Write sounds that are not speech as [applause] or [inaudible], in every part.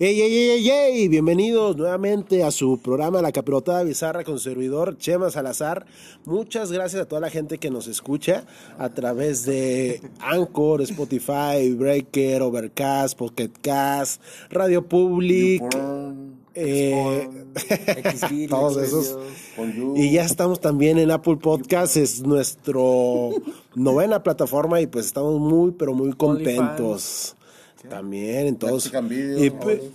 ¡Ey, ey, ey, ey, ey! Bienvenidos nuevamente a su programa La Capirotada Bizarra con su servidor Chema Salazar. Muchas gracias a toda la gente que nos escucha a través de Anchor, Spotify, Breaker, Overcast, Pocket Cast, Radio Public. Porn, eh, [laughs] Xvideos, todos esos. Con You. Y ya estamos también en Apple Podcast, es nuestro novena plataforma y pues estamos muy, pero muy contentos. También, entonces. Mexican Video, y pe-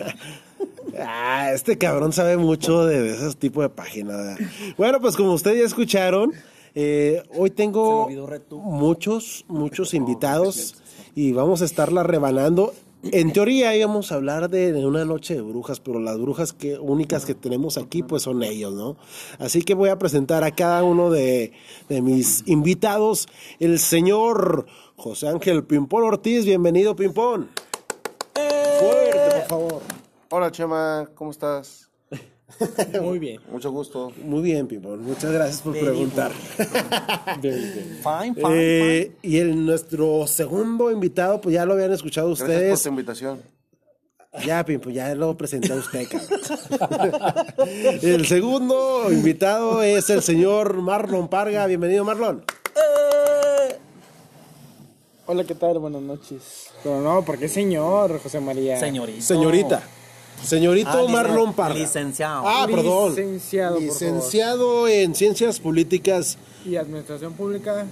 [laughs] Ah, este cabrón sabe mucho de, de ese tipo de páginas. ¿verdad? Bueno, pues como ustedes ya escucharon, eh, hoy tengo olvidó Retu. muchos, muchos invitados y vamos a estarla rebanando. En teoría íbamos a hablar de, de una noche de brujas, pero las brujas que, únicas que tenemos aquí pues son ellos, ¿no? Así que voy a presentar a cada uno de, de mis invitados, el señor José Ángel Pimpón Ortiz. Bienvenido, Pimpón. Fuerte, por favor. Hola Chema, ¿cómo estás? Muy bien. Mucho gusto. Muy bien, Pimpón. Muchas gracias por preguntar. [laughs] Fine, Eh, y el nuestro segundo invitado, pues ya lo habían escuchado Gracias por tu ustedes. invitación. Ya, Pimpón, ya lo presentó usted, cabrón. [laughs] el segundo invitado es el señor Marlon Parga. Bienvenido, Marlon. Hola, ¿qué tal? Buenas noches. Pero no, porque señor José María. Señorita. Señorita. Señorito Ah, licen- Marlon Parga. licenciado. Ah, perdón. Licenciado, por favor. Licenciado en Ciencias Políticas. Y administración pública.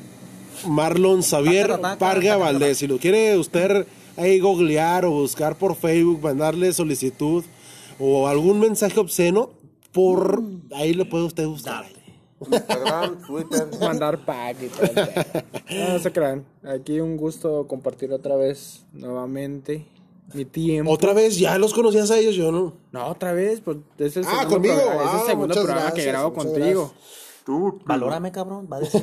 Marlon Xavier Taca, taca, Parga taca, Valdés. taca. Si lo quiere usted ahí googlear o buscar por Facebook, mandarle solicitud o algún mensaje obsceno, por ahí lo puede usted buscar. Instagram, Twitter. Mandar pack y todo. [laughs] el pedo. No, no se crean. Aquí un gusto compartir otra vez, nuevamente, mi tiempo. Otra vez, ya los conocías a ellos, yo no. No, otra vez, pues es el Ah, segundo conmigo. programa, es el Ah, segundo muchas programa que gracias, grabo muchas contigo. Valórame, cabrón. Va [laughs] a decir.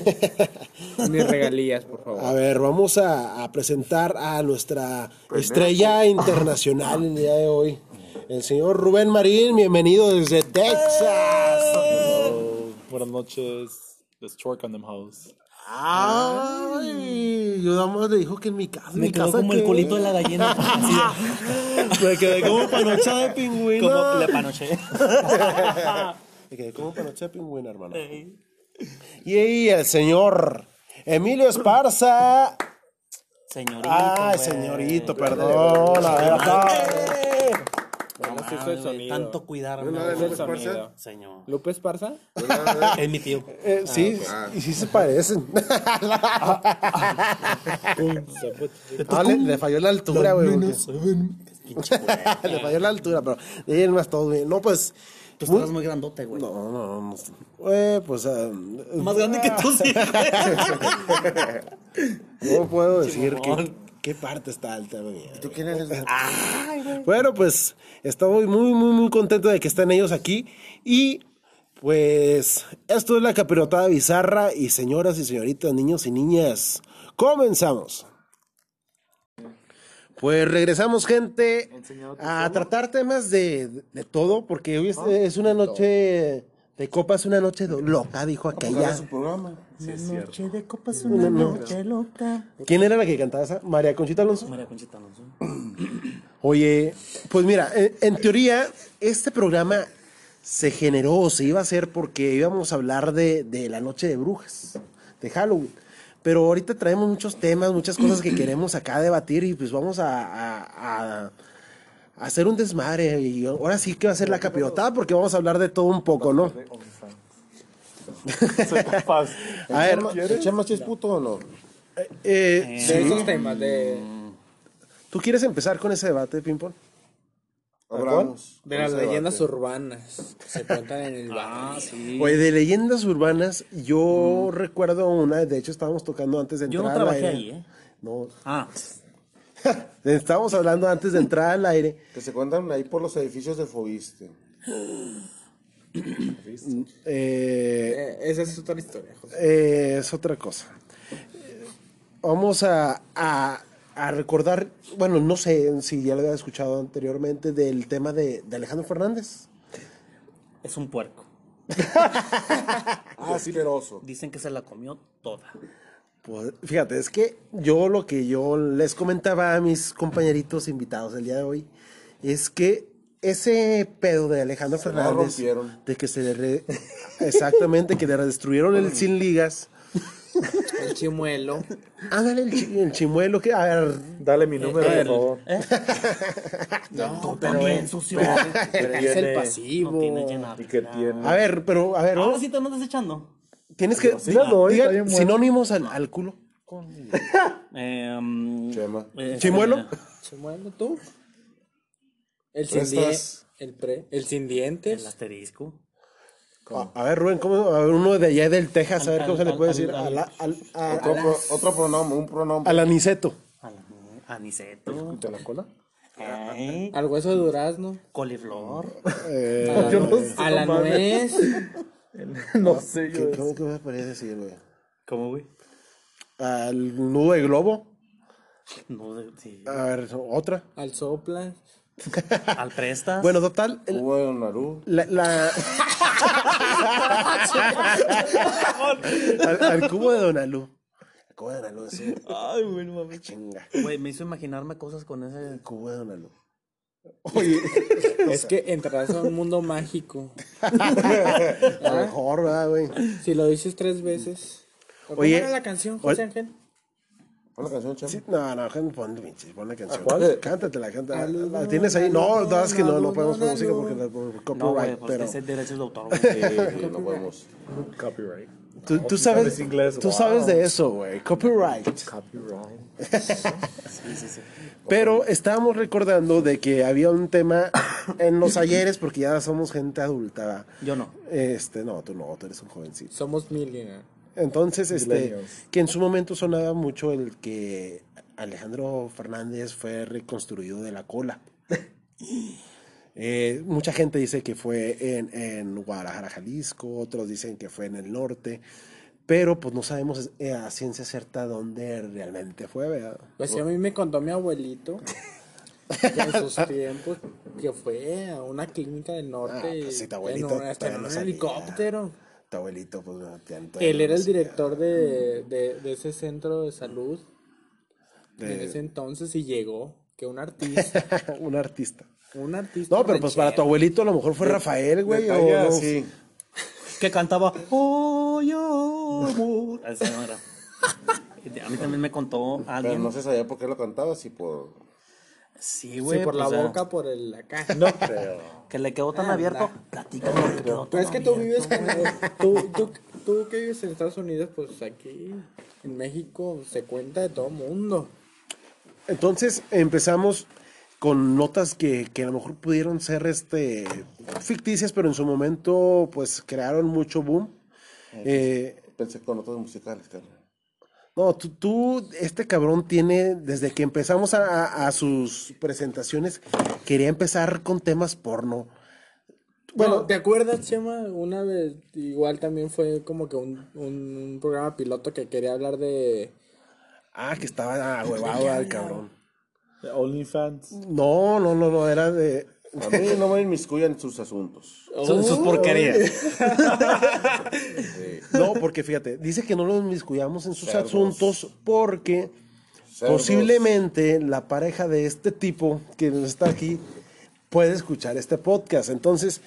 Mis regalías, por favor. A ver, vamos a, a presentar a nuestra estrella internacional el día de hoy. El señor Rubén Marín, bienvenido desde Texas. Buenas noches. Let's twerk on them hoes. Ay, yo nada más le dijo que en mi casa. en Me mi quedó casa como el que- culito de la gallina. Así Me [laughs] quedé como panocha de de- pingüino. como le panoché. Me quedé como panocha de pingüino, hermano. Eh, Y ahí el señor Emilio Esparza. Señorito. Ay, güey. señorito, perdón. A ver, acá. Ah, No Nomás hizo mames, el güey, sonido. Tanto cuidarme. Una de güey. Lupe Esparza. Señor. ¿Lupe Esparza? Es mi tío. Eh, sí, y sí se parecen. Ah, le, le falló la altura, güey. porque- le falló la altura, pero y él más todo bien. No, pues. Tú estás muy grandote, güey. No, no, no. Eh, pues. ah, Más grande que [laughs] tú, sí. No puedo decir qué, qué parte está alta. güey. ¿Tú quién eres? Bueno, pues estoy muy, muy, muy contento de que estén ellos aquí. Y pues esto es la capirotada bizarra. Y señoras y señoritas, niños y niñas, comenzamos. Pues regresamos, gente, a tratar temas de, de todo, porque hoy es, Ah, es una noche de copas, una noche do- loca, dijo Era aquella. su programa. Una noche loca. ¿Quién era la que cantaba esa? María Conchita Alonso. María Conchita Alonso. Oye, pues mira, en, en teoría, este programa se generó o se iba a hacer porque íbamos a hablar de, de la noche de brujas, de Halloween. Pero ahorita traemos muchos temas, muchas cosas que queremos acá debatir y pues vamos a, a- a- a hacer un desmadre. Y ahora sí que va a ser la capirotada porque vamos a hablar de todo un poco, ¿no? Soy [laughs] capaz. A ver, ¿El Chema sí es puto o no? eh, De esos temas, de, ¿tú quieres empezar con ese debate, Pimpón? Hablamos. de las leyendas urbanas que se cuentan en Ah, el barrio. Oye, de leyendas urbanas, yo recuerdo una, de hecho estábamos tocando antes de Mm. Yo entrar no al trabajé aire. ahí, ¿eh? No, Ah, estábamos hablando antes de entrar al aire. Que se cuentan ahí por los edificios de Fobiste. Eh, Eh, esa es otra historia, José. eh, es otra cosa. Eh, Vamos a, a- a recordar, bueno, no sé si ya lo había escuchado anteriormente, del tema de, de Alejandro Fernández. es un puerco. Asqueroso. Dicen que se la comió toda. Pues, fíjate, es que yo lo que yo les comentaba a mis compañeritos invitados el día de hoy es que ese pedo de Alejandro la Fernández, rompieron. de que se le re- exactamente, que le destruyeron Mm. el Sin Ligas, El chimuelo. ándale el, chi- el chimuelo, que a ver, Dale mi número, el- por favor. [laughs] No, Pero eh, bien sucio. No Que es el tiene- pasivo. tiene llenado. Y que [laughs] tiene. a ver, pero, a ver, Ahora vamos- Ah, sí te andas echando. tienes que, sí la doy, digan está bien bueno. sinónimos al, al culo. Eh, mm, Chema. eh, ¿Chimuelo? chimuelo, tú. El Pero sin dientes. estás- El pre. El sin El dientes. asterisco. A, a ver, Rubén, ¿cómo, a ver, uno de allá del Texas, a ver Al- cómo se le al- puede al- decir, al- al, al, a- Otro, pro- otro pronombre, un pronombre. al aniceto. Al- Aniceto. ¿De la cola? Ay, Al hueso de durazno. Coliflor. Eh, A la, Yo no sé, a la no nuez. no sé yo. ¿Qué, qué, qué me parece decir, güey? ¿Cómo, güey? al nudo de globo. No, de- sí. A ver, otra. Al sopla. Al prestas. Bueno, total, el- Hubo en Naru. la... la- [laughs] al, al cubo de Donalú. El cubo de Donalú, sí. Ay, güey, no mames. Chinga. Güey, me hizo imaginarme cosas con ese. El cubo de Donalú. Es que entrarás a un mundo mágico. A lo mejor, ¿verdad, güey? Si lo dices tres veces. ¿Cómo Oye, era la canción, José ol- Ángel? Pon la canción, Chema. Sí, no, no, pon, pon, pon la canción. ¿cuál? Cántatela, cántala. ¿La tienes ahí? No, no, es que no, no podemos poner música porque no- por No, copyright, güey, pues pero... ese es derechos de autor. güey. Sí, no podemos. Copyright. Tú, tú Sabes sabes, inglés, tú wow. sabes de eso, güey. Copyright. Copyright. Sí, sí, sí. Pero estábamos recordando de que había un tema en los ayeres, porque ya somos gente adulta. ¿va? Yo no. Este, no, tú no, tú eres un jovencito. Somos millennials. Entonces, este, Millennials. que en su momento sonaba mucho el que Alejandro Fernández fue reconstruido de la cola. Eh, mucha gente dice que fue en, en Guadalajara, Jalisco, otros dicen que fue en el norte, pero pues no sabemos eh, a ciencia cierta dónde realmente fue, ¿verdad? Pues sí, a mí me contó mi abuelito que en [laughs] sus tiempos que fue a una clínica del norte. Ah, pues sí, tu abuelito en un- hasta en todavía no un sabía. helicóptero. Tu abuelito, pues no, te- todavía Él no era el sé. director de, de, de ese centro de salud De- en ese entonces y llegó que [laughs] un artista, un artista. un artista. No, pero pues para tu ranchero. abuelito a lo mejor fue Rafael, güey. O, Detalla, no. sí. Que cantaba. Oh, yo, [laughs] amor. Así no era. A mí también me contó Pero alguien. no se sabía por qué lo cantabas y por. Sí, güey. Sí, por la pues, ah, boca, por el acá. Que le quedó tan abierto. Platícame lo que quedó [laughs] Pero es tan que tú abierto, vives güey. [laughs] tú, tú, tú que vives en Estados Unidos, pues aquí en México se cuenta de todo mundo. Entonces empezamos con notas que, que a lo mejor pudieron ser este ficticias, pero en su momento pues crearon mucho boom. Eh, Pensé con otros musicales, carnal. no, tú, tú, este cabrón tiene, desde que empezamos a, a- a sus presentaciones, quería empezar con temas porno. Bueno, ¿te acuerdas, Chema? Una vez, igual también fue como que un, un programa piloto que quería hablar de... Ah, que estaba huevado al cabrón. The OnlyFans. No, no, no, no, era de... A mí no me inmiscuyan en sus asuntos. Son sus porquerías. No, porque fíjate, dice que no nos inmiscuyamos en sus Cerdos. asuntos porque Cerdos. posiblemente la pareja de este tipo que nos está aquí puede escuchar este podcast. Entonces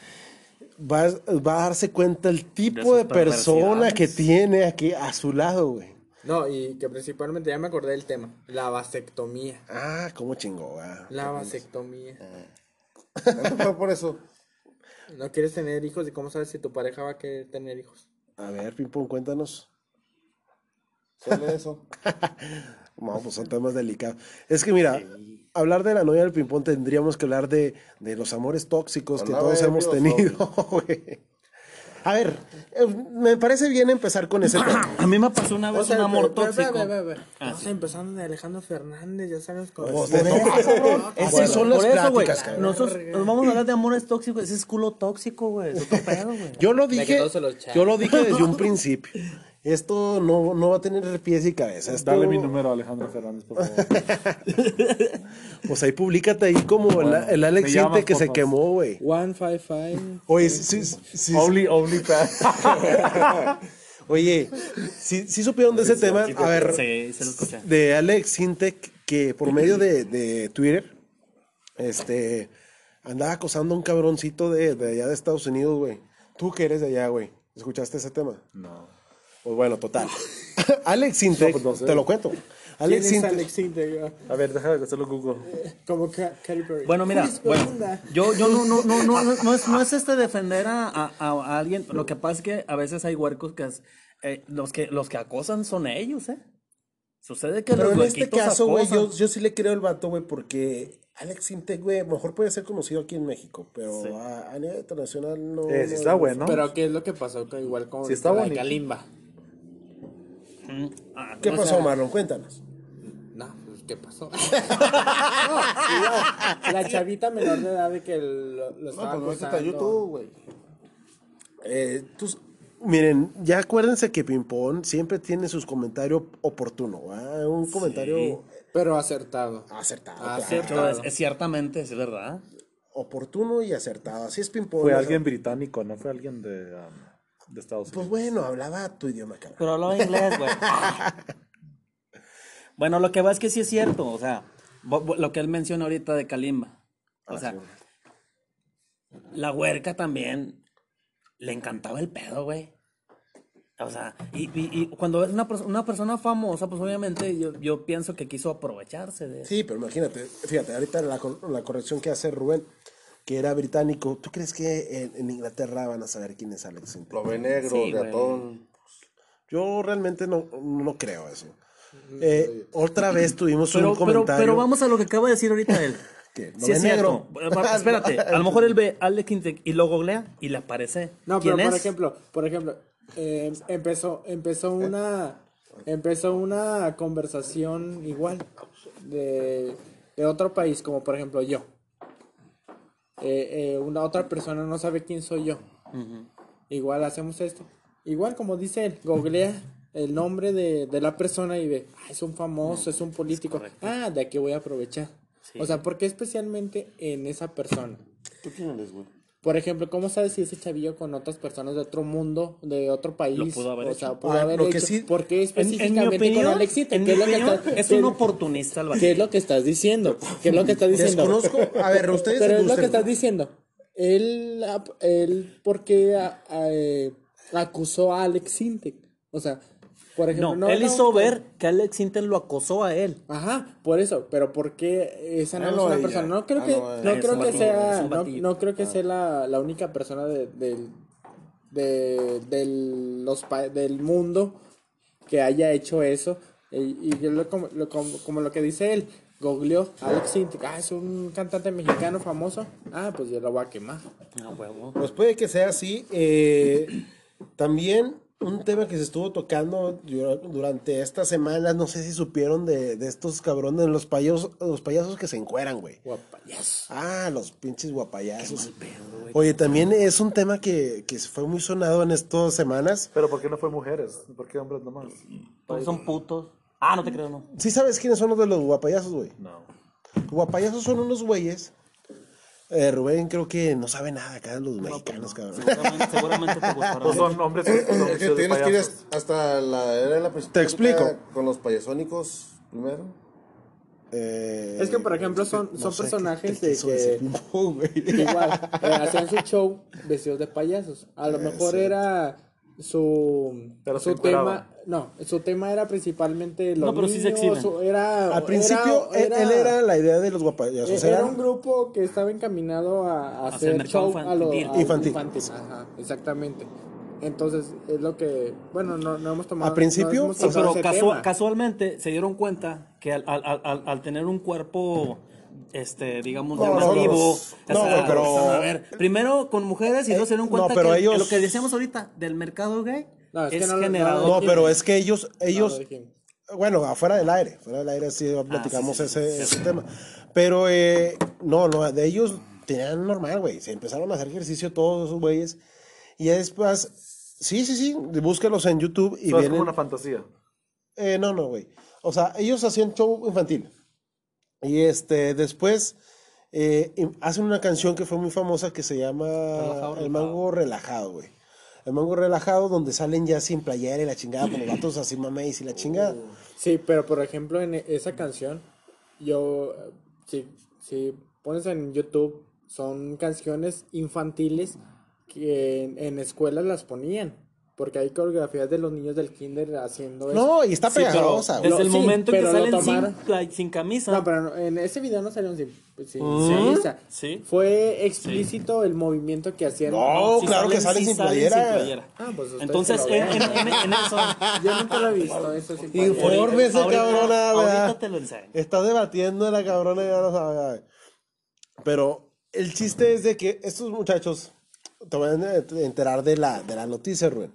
va, va a darse cuenta el tipo sus de, persona perversidades. que tiene aquí a su lado, güey. No, y que principalmente, ya me acordé del tema, la vasectomía. Ah, cómo chingó, ah. La vasectomía. Tanto fue por eso. ¿No quieres tener hijos? ¿Y cómo sabes si tu pareja va a querer tener hijos? A ver, Pimpón, cuéntanos. Sale eso. No, pues son temas delicados. Es que mira, hablar de la novia del Pimpón tendríamos que hablar de, de los amores tóxicos que Andaba todos hemos ebrio, tenido, [laughs] güey. A ver, eh, me parece bien empezar con [clears throat] ese tema. A mí me pasó una vez un amor pero- pero- tóxico. pero- pero- pero- Vamos empezando de Alejandro Fernández, ya sabes con... Pues, Esas Bueno, son las por eso, güey. pláticas, cabrón. Nosotros nos vamos a hablar de amores tóxicos. Ese es culo tóxico, güey. Es otro pedo, güey. Yo lo que dije, todos se los echan. yo lo dije desde un principio. Esto no, no va a tener pies y cabeza. Esto- Dale mi número a Alejandro Fernández, por [laughs] favor. [laughs] Pues ahí públicate ahí como el- el, Alex me siente llamas, que se porfas. quemó, güey. One five five. Oye, sí, sí, sí, Only, OnlyFans. oye, sí, sí supieron de ese tema. A ver, Sí, se lo escuché. de Alex Sintek que por medio de, de Twitter este andaba acosando a un cabroncito de, de allá de Estados Unidos, güey. Tú que eres de allá, güey. ¿Escuchaste ese tema? No. Pues bueno, total. Alex Sintek, te lo cuento. Alex ¿Quién es Sintek. Alex Sintek? [laughs] A ver, deja de hacerlo Google. Como Ca- Katy Perry. Bueno, mira, Who's bueno, Belinda? yo, yo no, no, no, no, no, no es, [laughs] no es este defender a, a- a alguien. Lo que pasa es que a veces hay huercos que es- eh, los que los que acosan son ellos, ¿eh? Sucede que Pero los en este huerquitos caso, güey, acosan. yo, yo sí le creo el vato, güey, porque Alex Sintek, güey, a lo mejor puede ser conocido aquí en México, pero Sí. a, a nivel internacional no. Eh, sí no- está bueno. Pero ¿qué es lo que pasó con igual con Sí, está la bonito. Kalimba? Ah, ¿Qué o pasó, sea, Marlon? Cuéntanos. No, pues, ¿qué pasó? No, sí, la, la chavita menor de edad de que lo, lo No, estaba pues métete a acosando. YouTube, güey. Eh, tus- miren, ya acuérdense que Pimpón siempre tiene sus comentarios oportuno, ¿va? Un comentario Pero acertado. acertado. Ah, claro. Acertado. pero es- es ciertamente, es verdad. Oportuno y acertado. Así es Pimpón. Fue ¿no? alguien británico, no fue alguien de, um, de Estados Pues Unidos. bueno, hablaba tu idioma, cabrón. Pero hablaba inglés, güey. bueno, lo que va es que sí es cierto, o sea, bo- bo- lo que él menciona ahorita de Kalimba. Ah, O sea, la huerca también le encantaba el pedo, güey. O sea, y, y- y cuando es una, perso- una persona famosa, pues obviamente yo, yo pienso que quiso aprovecharse de Sí, pero imagínate, fíjate, ahorita la, cor- la corrección que hace Rubén, que era británico, ¿tú crees que en, en Inglaterra van a saber quién es Alex Sintek? Lo ve negro, Sí, güey. ratón. Yo realmente no, no creo eso. Eh, otra vez tuvimos Mm, Pero, un pero, comentario. pero vamos a lo que acaba de decir ahorita [laughs] él. ¿Qué? ¿Lo Sí ve es negro? cierto. Eh, Espérate, a lo mejor él ve Alex Intec y lo googlea y le aparece. No, pero ¿Quién por es? ejemplo, por ejemplo, eh, empezó, empezó una, empezó una conversación igual de, de otro país, como por ejemplo yo. Eh, eh, una otra persona no sabe quién soy yo. Igual hacemos esto. Igual como dice él, googlea el nombre de, de la persona y ve, "Ah, es un famoso, es un político. correcto. ah, de aquí voy a aprovechar. Sí. O sea, porque especialmente en esa persona. ¿Tú quién eres, güey? Por ejemplo, ¿cómo sabes si ese chavillo con otras personas de otro mundo, de otro país? Lo pudo haber o sea, hecho. pudo Ah, haber lo que hecho. sí- ¿Por qué En, en específicamente mi opinión, con Alexita? en ¿Qué mi es lo que opinión, estás- es qué- un oportunista el vato. ¿Qué es lo que estás diciendo? ¿Qué es lo que estás diciendo? [laughs] Desconozco. A ver, ustedes. Pero es lo que ilústrenme. estás diciendo. Él, ap- él ¿por qué a- a- eh, acusó a Alex Sintek? O sea, por ejemplo... No, él hizo con- ver que Alex Intec lo acosó a él. Ajá, por eso, pero ¿por qué esa no Ah, es no, una ella. persona? No creo Ah, que, no, no es creo un que batido, es sea, un no, batido. no creo que sea la, la única persona de, del, de- del- los, pa- del mundo que haya hecho eso. Y, y yo lo- como, lo, como, como lo que dice él, googleó Alex Sintek, ah, es un cantante mexicano famoso, ah, pues yo lo voy a quemar. No, huevo. Pues puede que sea así. eh, también un tema que se estuvo tocando dura- durante estas semanas, no sé si supieron de, de estos cabrones, los payasos, los payasos que se encueran, güey. Guapayas. Ah, los pinches guapayazos. Oye, también es un tema que, que fue muy sonado en estas semanas. Pues- Pero ¿por qué no fue mujeres? ¿Por qué hombres nomás? Todos son putos. Ah, no te creo, no. ¿Sí sabes quiénes son los de los guapayazos, güey? No. Guapayazos son unos güeyes. Eh, Rubén creo que no sabe nada acá de los pues mexicanos, cabrón. Seguramente, seguramente te No gustará. son hombres Pues que son [laughs] Es que vestidos de tienes que ir payasos. hasta- hasta la era de la prehistoria Te explico. Con los payasónicos primero. Eh, Es que, por ejemplo, son, no son sé qué- personajes qué de quiso decir que... [laughs] Pimpo, güey. Igual, eh, hacían su show vestidos de payasos. A lo mejor era su, Pero se su encueraban. tema. No, su tema era principalmente los No, pero sí se niños, exhiben. su- era, Al principio e- él- él era la idea de los guapayazos. eh, era- era un grupo que estaba encaminado a, a Hacia el hacer mercado show a lo- infantil. a- Infantil. Ajá, exactamente. Entonces, es lo que. Bueno, no, no hemos tomado. Al principio, no hemos Sí, tocado pero ese casu- tema. casualmente se dieron cuenta que al, al- al- al- al tener un cuerpo, este, digamos, No, no, llamativo. no, no. No, o sea, güey, pero- o sea, a ver, primero con mujeres y Eh, luego se dieron no, cuenta pero que ellos- lo que decíamos ahorita del mercado gay No, es es, que no lo- no lo- generador. No, pero es que ellos, No, ellos, lo dijimos. bueno, afuera del aire, fuera del aire sí platicamos sí, sí, ese, sí, ese tema. Pero eh, no, no, de ellos tenían normal, güey. Se empezaron a hacer ejercicio todos esos güeyes. Y ya después, sí, sí, sí, búsquenlos en YouTube O sea, y es vienen. como una fantasía. Eh, no, no, güey. O sea, ellos hacían show infantil. Y este, después eh, im- hacen una canción que fue muy famosa que se llama Relajado, El Mango Relajado, güey. El Mango Relajado, donde salen ya sin playera y la chingada, con los gatos así mameis y la chingada. Oh. Sí, pero por ejemplo e-, en esa canción, yo, eh, si, si pones en YouTube son canciones infantiles que en, en escuelas las ponían. Porque hay coreografías de los niños del kinder haciendo eso. No, y está Sí, pero pegajosa, güey. desde Lo- el sí, momento en que pero lo salen tomaron. sin, pla- sin camisa. No, pero no, en ese video no salieron sin, sin Mm, camisa. sí. Fue explícito el movimiento que hacían. No, Sí Oh, claro que salen sin playera. Ah, pues ustedes Entonces, que lo en, vean. en- en- en [laughs] eso. Yo nunca lo he visto, [laughs] eso sí. Y fue- Ahorita- Infórmese, cabrona, ¿verdad? Ahorita te lo enseño. Estás debatiendo la cabrona y ya lo sabes. Pero el chiste es de que estos muchachos te van a enterar de la, de la noticia, Rubén.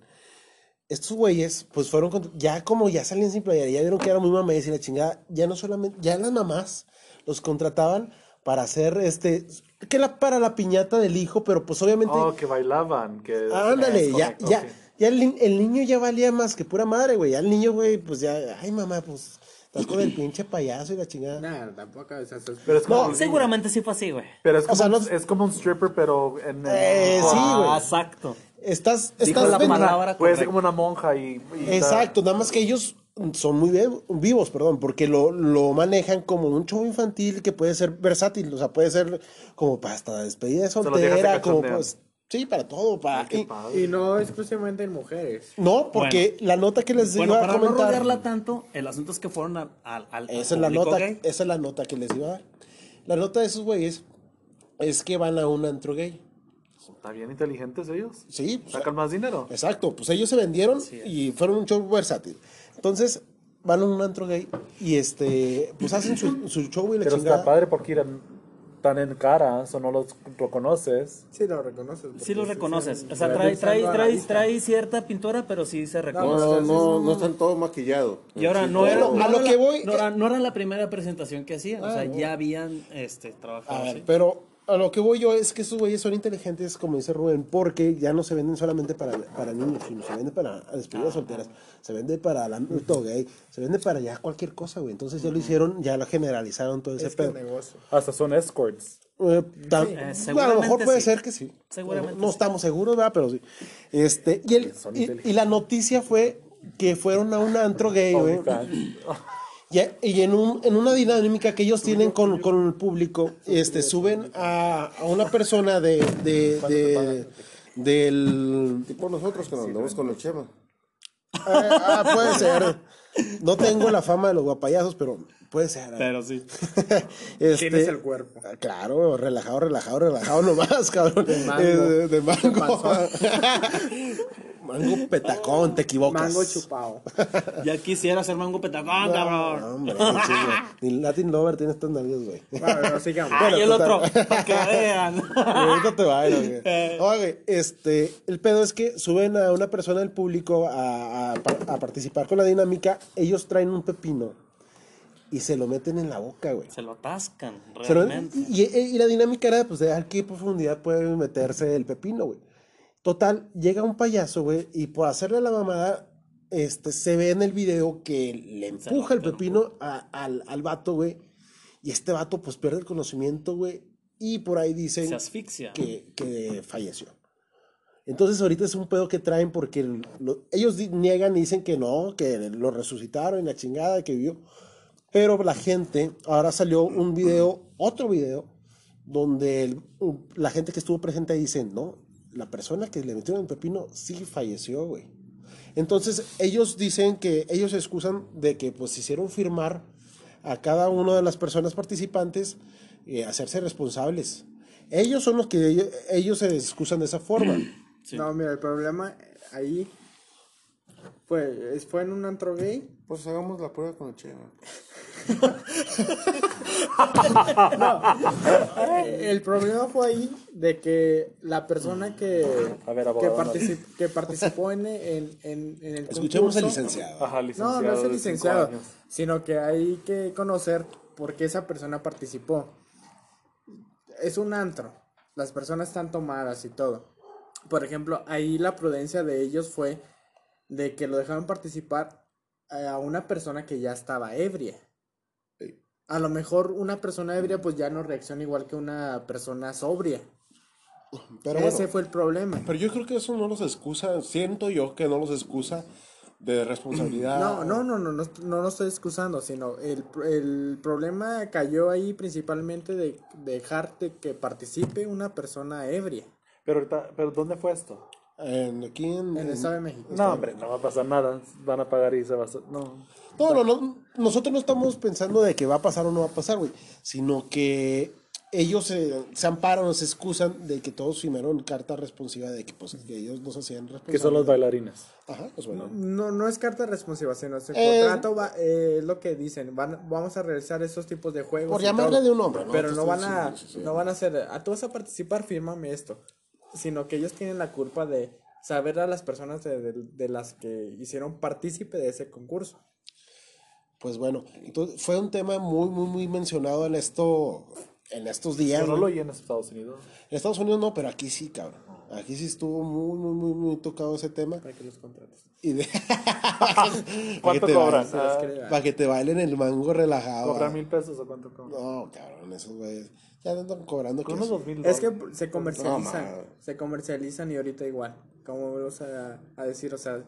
Estos güeyes, pues fueron con- ya como ya salían sin playera, ya vieron que era muy mamés y la chingada, ya no solamente, ya las mamás los contrataban para hacer este, que la para la piñata del hijo, pero pues obviamente Oh, que bailaban. Que Ándale, Es ya, correcto, ya, ok. ya el, ni- el niño ya valía más que pura madre, güey. Ya el niño, güey, pues ya, ay mamá, pues estás con el pinche payaso y la chingada. Nah, tampoco. o sea, sos- Pero es como, Seguramente sí fue así, güey. pero es como, sea, un- no- es como un stripper, pero en. el- Eh, sí, Ah, güey. exacto. Estás, Dijo estás la ven- Puede palabra. correcta. ser como una monja y. y- Exacto, nada más que ellos son muy ve- vivos, perdón, porque lo, lo manejan como un show infantil que puede ser versátil, o sea, puede ser como para hasta despedida de los dejas de soltera, como cachondeo. pues, sí, para todo, Ah, para... Qué y- padre. Y no exclusivamente en mujeres. no, porque la nota que les Bueno, iba para a no comentar... rodearla tanto, el asunto es que fueron al, al, al- Esa es al la público nota, gay. esa es la nota que les iba a dar. La nota de esos güeyes es que van a un antro gay. Están bien inteligentes ellos. Sí, pues, Sacan más dinero. exacto, pues ellos se vendieron y fueron un show versátil. Entonces, van a un antro gay y este, pues hacen su, su show y la Pero está chingada. padre porque eran tan en cara, o no los reconoces. Sí lo reconoces. Sí lo porque reconoces. sí, O sea, sí, trae, sí, trae, sí, trae, sí. trae cierta pintura, pero sí se No, no, reconoce. no, no están todo maquillado. Y ahora Sí, no todo- era, Bueno, no a lo era que la- voy- no era, no era la primera presentación que hacían, o Ah, sea, no. ya habían este, A trabajado ver, así. pero a lo que voy yo es que esos güeyes son inteligentes, como dice Rubén, porque ya no se venden solamente para, para niños, sino se venden para despedidas solteras, se vende para el ámbito gay, se vende para ya cualquier cosa, güey. Entonces ya lo hicieron, ya lo generalizaron todo ese Es que pedo. es negocio. Hasta son escorts. Eh, tam- eh, a lo seguramente mejor puede sí. ser que sí. Seguramente No, no sí. estamos seguros, ¿verdad? Pero sí. Este, y, el- Son y- inteligentes. y la noticia fue que fueron a un antro gay, güey. Y, y en, un- en una dinámica que ellos tienen con, con el público, este, suben a, a una persona de, de- de- del... Tipo nosotros que nos andamos con el Chema. Ah, ah, puede ser. [laughs] No tengo la fama de los guapayazos, pero puede ser. ¿eh? Pero sí. [laughs] Este, Tienes el cuerpo. Ah, Claro, relajado, relajado, relajado nomás, [laughs] cabrón. De mango. de, de ¿Qué mango. pasó? [laughs] mango petacón, te equivocas. Mango [laughs] chupado. Ya quisiera ser mango petacón, No, cabrón. hombre, [laughs] qué chingo. Ni Latin Lover tiene estas narices, güey. [laughs] Bueno, pero sigamos. Ah, y el Este, total. otro, [laughs] para que vean. Y ahorita te bailo, [laughs] güey. Eh. Oye, este, el pedo es que suben a una persona del público a, a par- a participar con la dinámica. Ellos traen un pepino y se lo meten en la boca, güey. Se lo atascan, Se lo- realmente. y, y- y la dinámica era, pues, de a qué profundidad puede meterse el pepino, güey. Total, llega un payaso, güey, y por hacerle la mamada, este, se ve en el video que le Se empuja el lo- pepino a- al, al vato, güey. Y este vato, pues, pierde el conocimiento, güey. Y por ahí dicen Se asfixia. que, que falleció. Entonces ahorita es un pedo que traen porque el- lo- ellos di- niegan y dicen que no, que lo resucitaron y la chingada que vivió. Pero la gente, ahora salió un video, otro video, donde el- un- la gente que estuvo presente dice, no, la persona que le metieron el pepino sí falleció, güey. Entonces ellos dicen que ellos se excusan de que pues hicieron firmar a cada una de las personas participantes eh, hacerse responsables. Ellos son los que ellos, ellos se excusan de esa forma. Sí. No, mira, el problema ahí fue, es- fue en un antro gay. Pues hagamos la prueba con el Chema. Ah, Eh, El problema fue ahí de que la persona que, A ver, que, abogado, no. particip- que participó en, en, en, en el Escuchemos al concurso- licenciado. Ah, Ajá, No, licenciado. no es el de cinco licenciado, años. sino que hay que conocer por qué esa persona participó. Es un antro, las personas están tomadas y todo. Por ejemplo, ahí la prudencia de ellos fue de que lo dejaron participar a una persona que ya estaba ebria. A lo mejor una persona ebria pues ya no reacciona igual que una persona sobria. Pero Ese bueno, fue el problema. pero yo creo que eso no los excusa, siento yo que no los excusa de responsabilidad. No, no, no, no, no, est- no lo estoy excusando, sino el, pr- el problema cayó ahí principalmente de dejar de que participe una persona ebria. Pero, ahorita- pero ¿dónde fue esto? En- aquí en, En en- el Estado de México. No, hombre, no va a pasar nada. Van a pagar y se va a... No. No, no, no, nosotros no estamos pensando de que va a pasar o no va a pasar, güey, sino que ellos se, se amparan, se excusan de que todos firmaron carta responsiva de que, pues, que ellos no se hacían responsables. Que son los bailarines. Ajá, pues, los bailarines. No, no es carta de responsiva, sino es el Eh, contrato va- eh, es lo que dicen, van, vamos a realizar esos tipos de juegos. Por y llamarle todo, de un nombre, ¿no? Pero Entonces, no van a, sí, sí, sí. no van a hacer, ah, tú vas a participar, fírmame esto. Sino que ellos tienen la culpa de saber a las personas de, de- de las que hicieron partícipe de ese concurso. Pues bueno, entonces fue un tema muy, muy, muy mencionado en esto, en estos días. Pero no güey. lo oí en Estados Unidos. En Estados Unidos no, pero aquí sí, cabrón. Aquí sí estuvo muy, muy, muy, muy tocado ese tema. Para que los contrates. Y de- Para que [laughs] ¿Cuánto te cobran? bailen- Se las Ah, creo. Para que te bailen el mango relajado. ¿Cobran ah. mil pesos o cuánto cobran? No, cabrón, esos güeyes. Ya andan cobrando Con que unos eso. dos mil Es que dólares. se comercializan, se comercializan y ahorita igual, como vamos a, a decir, o sea,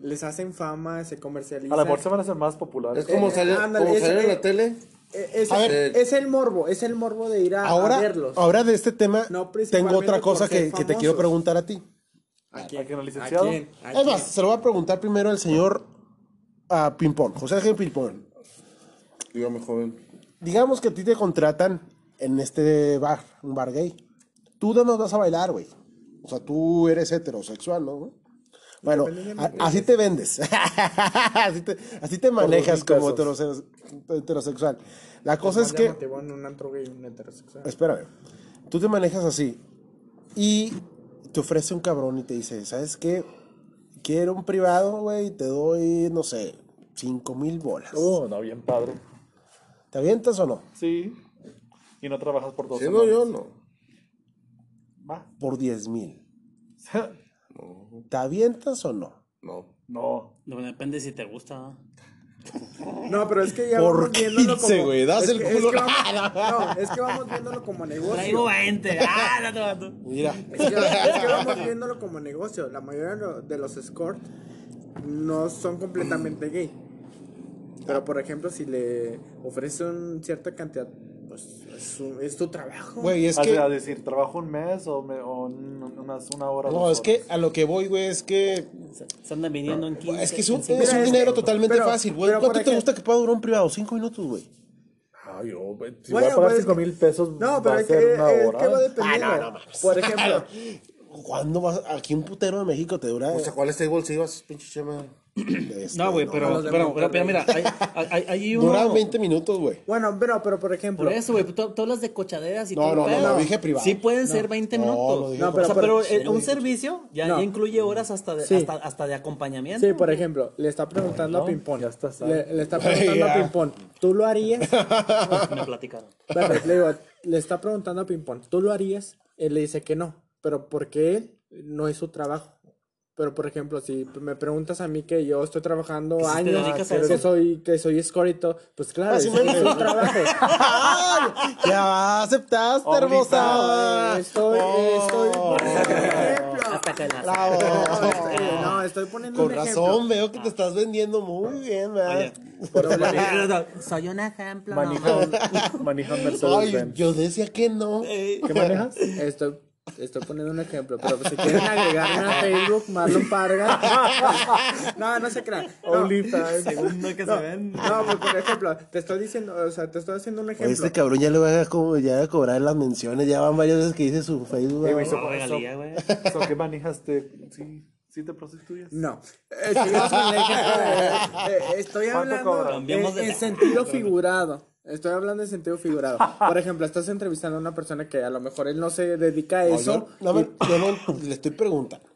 les hacen fama, se A comercializan. lo mejor se van a hacer más populares. Es como Eh, salir, ándale, como es- salir en eh, la tele. Eh, Es, A ver. es el morbo, es el morbo de ir a, a Ahora, verlos. ahora de este tema, No, tengo principalmente otra por cosa que, ser que te quiero famosos. preguntar a ti. ¿A ¿A quién, al ¿A licenciado? quién? ¿A Es más, quién? se lo voy a preguntar primero al señor a Pimpón, José Ángel Pimpón. Dígame, joven. Digamos que a ti te contratan en este bar, un bar gay. Tú nada más vas a bailar, güey. O sea, tú eres heterosexual, ¿no? Bueno, a- así te vendes. [laughs] así, te, así te manejas mil como pesos. heterose- heterosexual. La cosa pues es Pues Más que... llamativo en un antro gay, un heterosexual. Espérame. Tú te manejas así y te ofrece un cabrón y te dice, ¿sabes qué? Quiero un privado, güey, y te doy, no sé, cinco mil bolas. Oh, no, bien padre. ¿Te avientas o no? Sí. Y no trabajas por dos Siendo yo, semanas. no. Va. [laughs] Por diez mil. ¿Te avientas o no? No. No. No, depende si te gusta. ¿no? No, pero es que ya Por vamos viéndolo 15, como... güey, das es el que- es culo. que [laughs] vamos- no, es que vamos viéndolo como Pues negocio. Traigo 20. Ah, no te mato. Mira, Es que, es que vamos viéndolo como negocio. La mayoría de lo- de los escort no son completamente gay. Pero, por ejemplo, si le ofrecen cierta cantidad, pues es, un- es tu trabajo. güey, es a, que... a decir, trabajo un mes o, me- o un- unas una hora. No, dos es que horas? a lo que voy, güey, es que... Se andan viniendo en 15. Es que es un, en es un es que- dinero totalmente pero- fácil, güey. pero por ¿Cuánto te ejemplo- gusta que pueda durar un privado? Cinco minutos, güey. Ay, yo, güey, si Bueno, voy a pagar pues, cinco mil pesos, No, va pero a es que, ser una es hora. que va dependiendo. Ah, no, no mames. Por ejemplo, ¿Cuándo vas? Aquí un putero de México te dura... O sea, ¿cuáles tables ibas, pinche chema? Eh, este, No, güey, pero, los de pero, pero, Monterrey. pero mira, hay, hay, hay- hay uno. Dura 20 minutos, güey. bueno, pero, pero por ejemplo, Por eso, güey, tú, tú hablas de cochaderas y No, todo. el no, no, pedo. no, dije privado. Sí pueden ser 20 No, minutos. lo dije No, pero- o sea, pero, pero- eh, un servicio ya, No. ya incluye horas hasta de, Sí. hasta, hasta de acompañamiento. sí, por ejemplo, le está preguntando a Pimpón. ya está, sabe. le, le [laughs] está preguntando a ya. Pimpón, ¿tú lo harías? [laughs] Me platicaron. Espérate, le, digo, le está preguntando a Pimpón, ¿tú lo harías? Él le dice que no, pero porque él no es su trabajo. Pero por ejemplo, si me preguntas a mí que yo estoy trabajando Que si te años, dedicas a que, eso. soy que soy escorito, pues claro, Ah, es, sí me- es un trabajo. [laughs] ¡Ay! [laughs] Ya aceptaste, hermosa. Eh, estoy, estoy Oh. [laughs] Hasta que las- Bravo. Eh, no, estoy poniendo Con un razón, veo que te estás vendiendo muy bien, Oye, ¿verdad? pero bueno, soy un ejemplo. no Manija [laughs] mames. un- manija un Ay, Mercedes-Benz. yo decía que no. ¿Qué manejas? ejemplo. Estoy, estoy poniendo un ejemplo, pero si quieren agregarme a Facebook, Marlon Parga. No, no se crean. No. OnlyFans. Segundo que se ven. No, pues, por ejemplo, te estoy diciendo, o sea, te estoy haciendo un Oye, ejemplo. este cabrón ya le va a, co- ya va a cobrar las menciones. Ya van varias veces que dice su Facebook. güey, ¿verdad? so- No, regalía, güey. So, ¿Qué manijas te, sí, sí te prostituyes? No. Eh, sigamos con el ejemplo. Eh, eh, estoy ¿Cuánto cobran? hablando Cambiemos en, de en tema. sentido figurado. Estoy hablando en sentido figurado. Por ejemplo, estás entrevistando a una persona que a lo mejor él no se dedica a No, eso. yo- no, y me- yo no le estoy preguntando.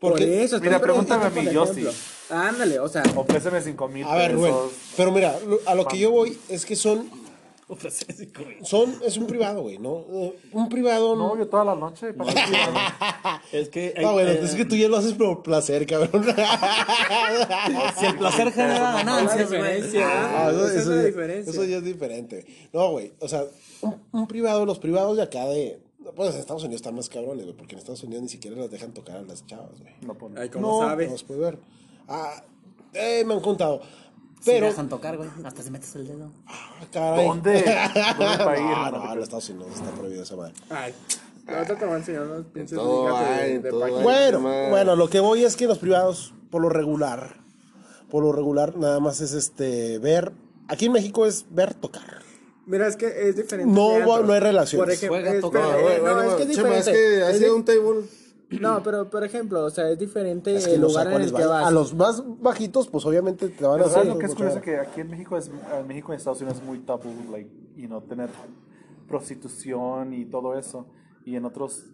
por Porque, eso. estoy Mira, pregúntame preguntando, a mí, por yo ejemplo. sí. Ándale, o sea, Ofréceme cinco mil a ver, pesos. Rubén, pero mira, lo- a lo que yo voy es que son, Ofrecer cinco mil. son, es un privado, güey, ¿no? Eh, Un privado. No, yo toda la noche. para [laughs] el privado. [laughs] Es que, Ah, bueno, eh, [laughs] es que tú ya lo haces por placer, cabrón. [laughs] si el placer genera la ganancias, güey. diferencia. Ah, eso, esa es eso la ya, diferencia. eso ya es diferente. No, güey. O sea, un, un privado, los privados de acá de. Pues en Estados Unidos están más cabrones, güey. Porque en Estados Unidos ni siquiera las dejan tocar a las chavas, güey. No, pues, no. Ay, como no, sabes. No los puedes ver. Ah, eh, me han contado. Pero. Pero, dejan tocar, güey. Hasta si metes el dedo. ah, caray. [laughs] ¿Dónde? ¿Dónde para ir? no, No te no, en creas. los Estados Unidos está prohibido esa madre. Ay, la otra te va a enseñar unas pinches todo ligas de- hay, en de todo páginas. hay. Bueno, madre. bueno, lo que voy es que los privados, por lo regular, por lo regular, nada más es este ver. Aquí en México es ver tocar. Mira, es que es diferente. No de hubo- antros. no hay relaciones. Por ejemplo, Juega, es- toca. pero, No, eh, bueno, no, bueno, es que es Chema, es diferente. que ha Es sido di- un table. No, pero por ejemplo, o sea, es diferente Es que el no sé lugar a en cuáles el que van. vas. A los más bajitos, pues obviamente te van a Pero hacer. ¿Sabes lo que es mucho- curioso? Que aquí en México, es, en México y en Estados Unidos es muy tabú, like, y no tener prostitución y todo eso. Y en otros,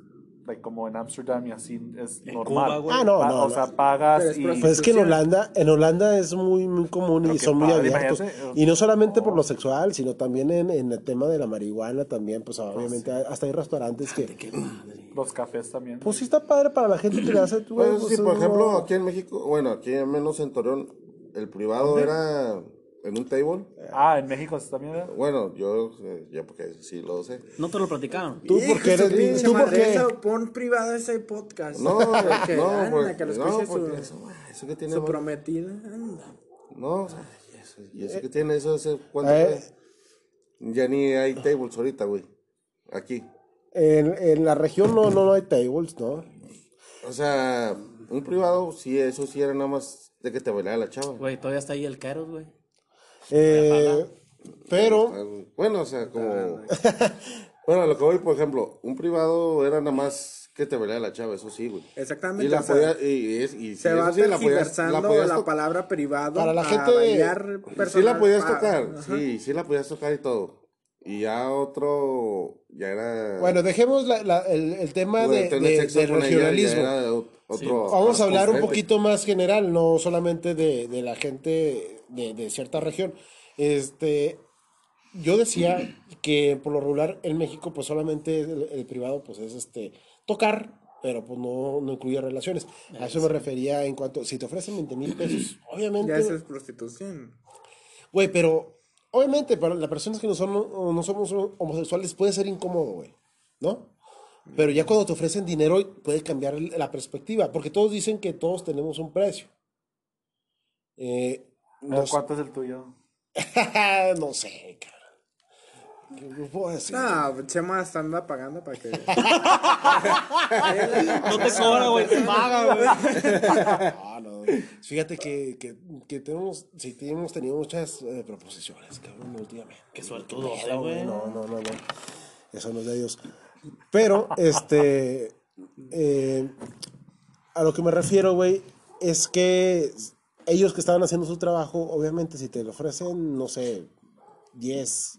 like, como en Amsterdam y así, es En normal. Cuba, güey. Ah, no, Pa- no, O no. sea, pagas Pero es y... Pues es que en Institución. Holanda, en Holanda es muy, muy común Pero y qué son muy padre, abiertos. imagínate. Y no solamente por lo sexual, sino también en, en el tema de la marihuana también, Ah, pues obviamente hasta hay restaurantes que... Los cafés también. Pues sí está padre para la gente que le hace... tú, Pues, pues, sí, por es ejemplo, una- aquí en México, bueno, aquí al menos en Torreón, el privado era en un table. ah, en México también era. Bueno, yo, eh, ya porque sí lo sé. No te lo platicaron. Tú porque eres... Pinche Tú madre, porque... eso, pon privado ese podcast. No, [laughs] eh, que, no, anda, porque, que lo no, escuche porque su, eso, eso que tiene. su mal- prometida. anda. No, y eso, y eso que Eh, tiene, eso hace cuánto Eh. fue? Ya ni hay tables ahorita, güey. Aquí. En, en la región no, no, no hay tables, ¿no? O sea, un privado, sí, eso sí era nada más de que te bailara la chava. Güey, todavía está ahí el Caros, güey. Eh, pero... Bueno, o sea, como. [laughs] bueno, a lo que voy, por ejemplo, un privado era nada más que te veía la chava, eso sí, güey. Exactamente, Y la o sea, podía- y, es- y sí, Se va eso sí, la podías, tergiversando la la, podías to- palabra privado Para la a gente- bailar Sí la personal, podías pa- tocar, Ajá. sí, sí la podías tocar y todo. Y ya otro, ya era. Bueno, dejemos la- la- el, el tema bueno, de, tener de- sexo del con ella ya regionalismo. era o- otro- Vamos a hablar un completo. poquito más general, no solamente de, de la gente de, de cierta región. Este, yo decía que por lo regular en México, pues solamente el, el privado, pues es este tocar, pero pues no, no incluye relaciones. A eso me refería en cuanto, si te ofrecen 20 mil pesos, obviamente. Ya eso es prostitución. Güey, pero obviamente para las personas que no, son, o no somos homosexuales puede ser incómodo, güey, ¿no? Pero ya cuando te ofrecen dinero puede cambiar el- la perspectiva, porque todos dicen que todos tenemos un precio. Eh, no, sé- ¿Cuánto es el tuyo? [laughs] no sé, cabrón. ¿Qué- qué puedo decir? No, Chema está anda pagando para que. No te cobra, güey, te paga, güey. Ah, No, no. Fíjate que, que, que tenemos, sí, hemos tenido muchas eh, proposiciones, cabrón, últimamente. Qué suertudo, Pero, güey. No, no, no, no. Eso no es de Dios. Pero, este. eh, a lo que me refiero, güey, es que ellos que estaban haciendo su trabajo, obviamente, si te lo ofrecen, no sé, 10.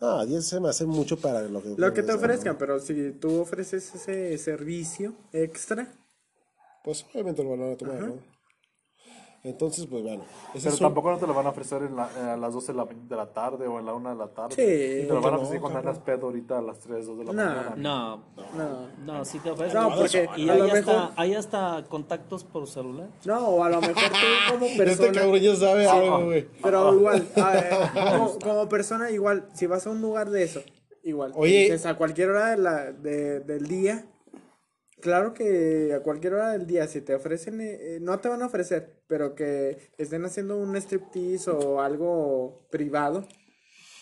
No, 10 se me hace mucho para lo que. Lo que te ofrezcan, pero si tú ofreces ese servicio extra, Pues obviamente lo van a tomar, ¿no? Entonces, pues bueno. ese Pero es un- tampoco no te lo van a ofrecer en la- eh, a las 12 de la, de la tarde o en la 1 de la tarde. Sí. Te lo van a No, ofrecer cuando cabrón. andas pedo ahorita a las 3, 2 de la No. mañana. No, no. no, sí te ofrecen. No, porque y a lo hay mejor- hasta, hay hasta contactos por celular. No, o a lo mejor tú como Este persona. cabrón ya sabe Oh. algo, güey. Pero igual, [laughs] eh, como, como persona, igual, si vas a un lugar de eso, igual. Oye. dices, a cualquier hora de la, de- del día, claro que a cualquier hora del día, si te ofrecen, eh, eh, no te van a ofrecer, pero que estén haciendo un striptease o algo privado,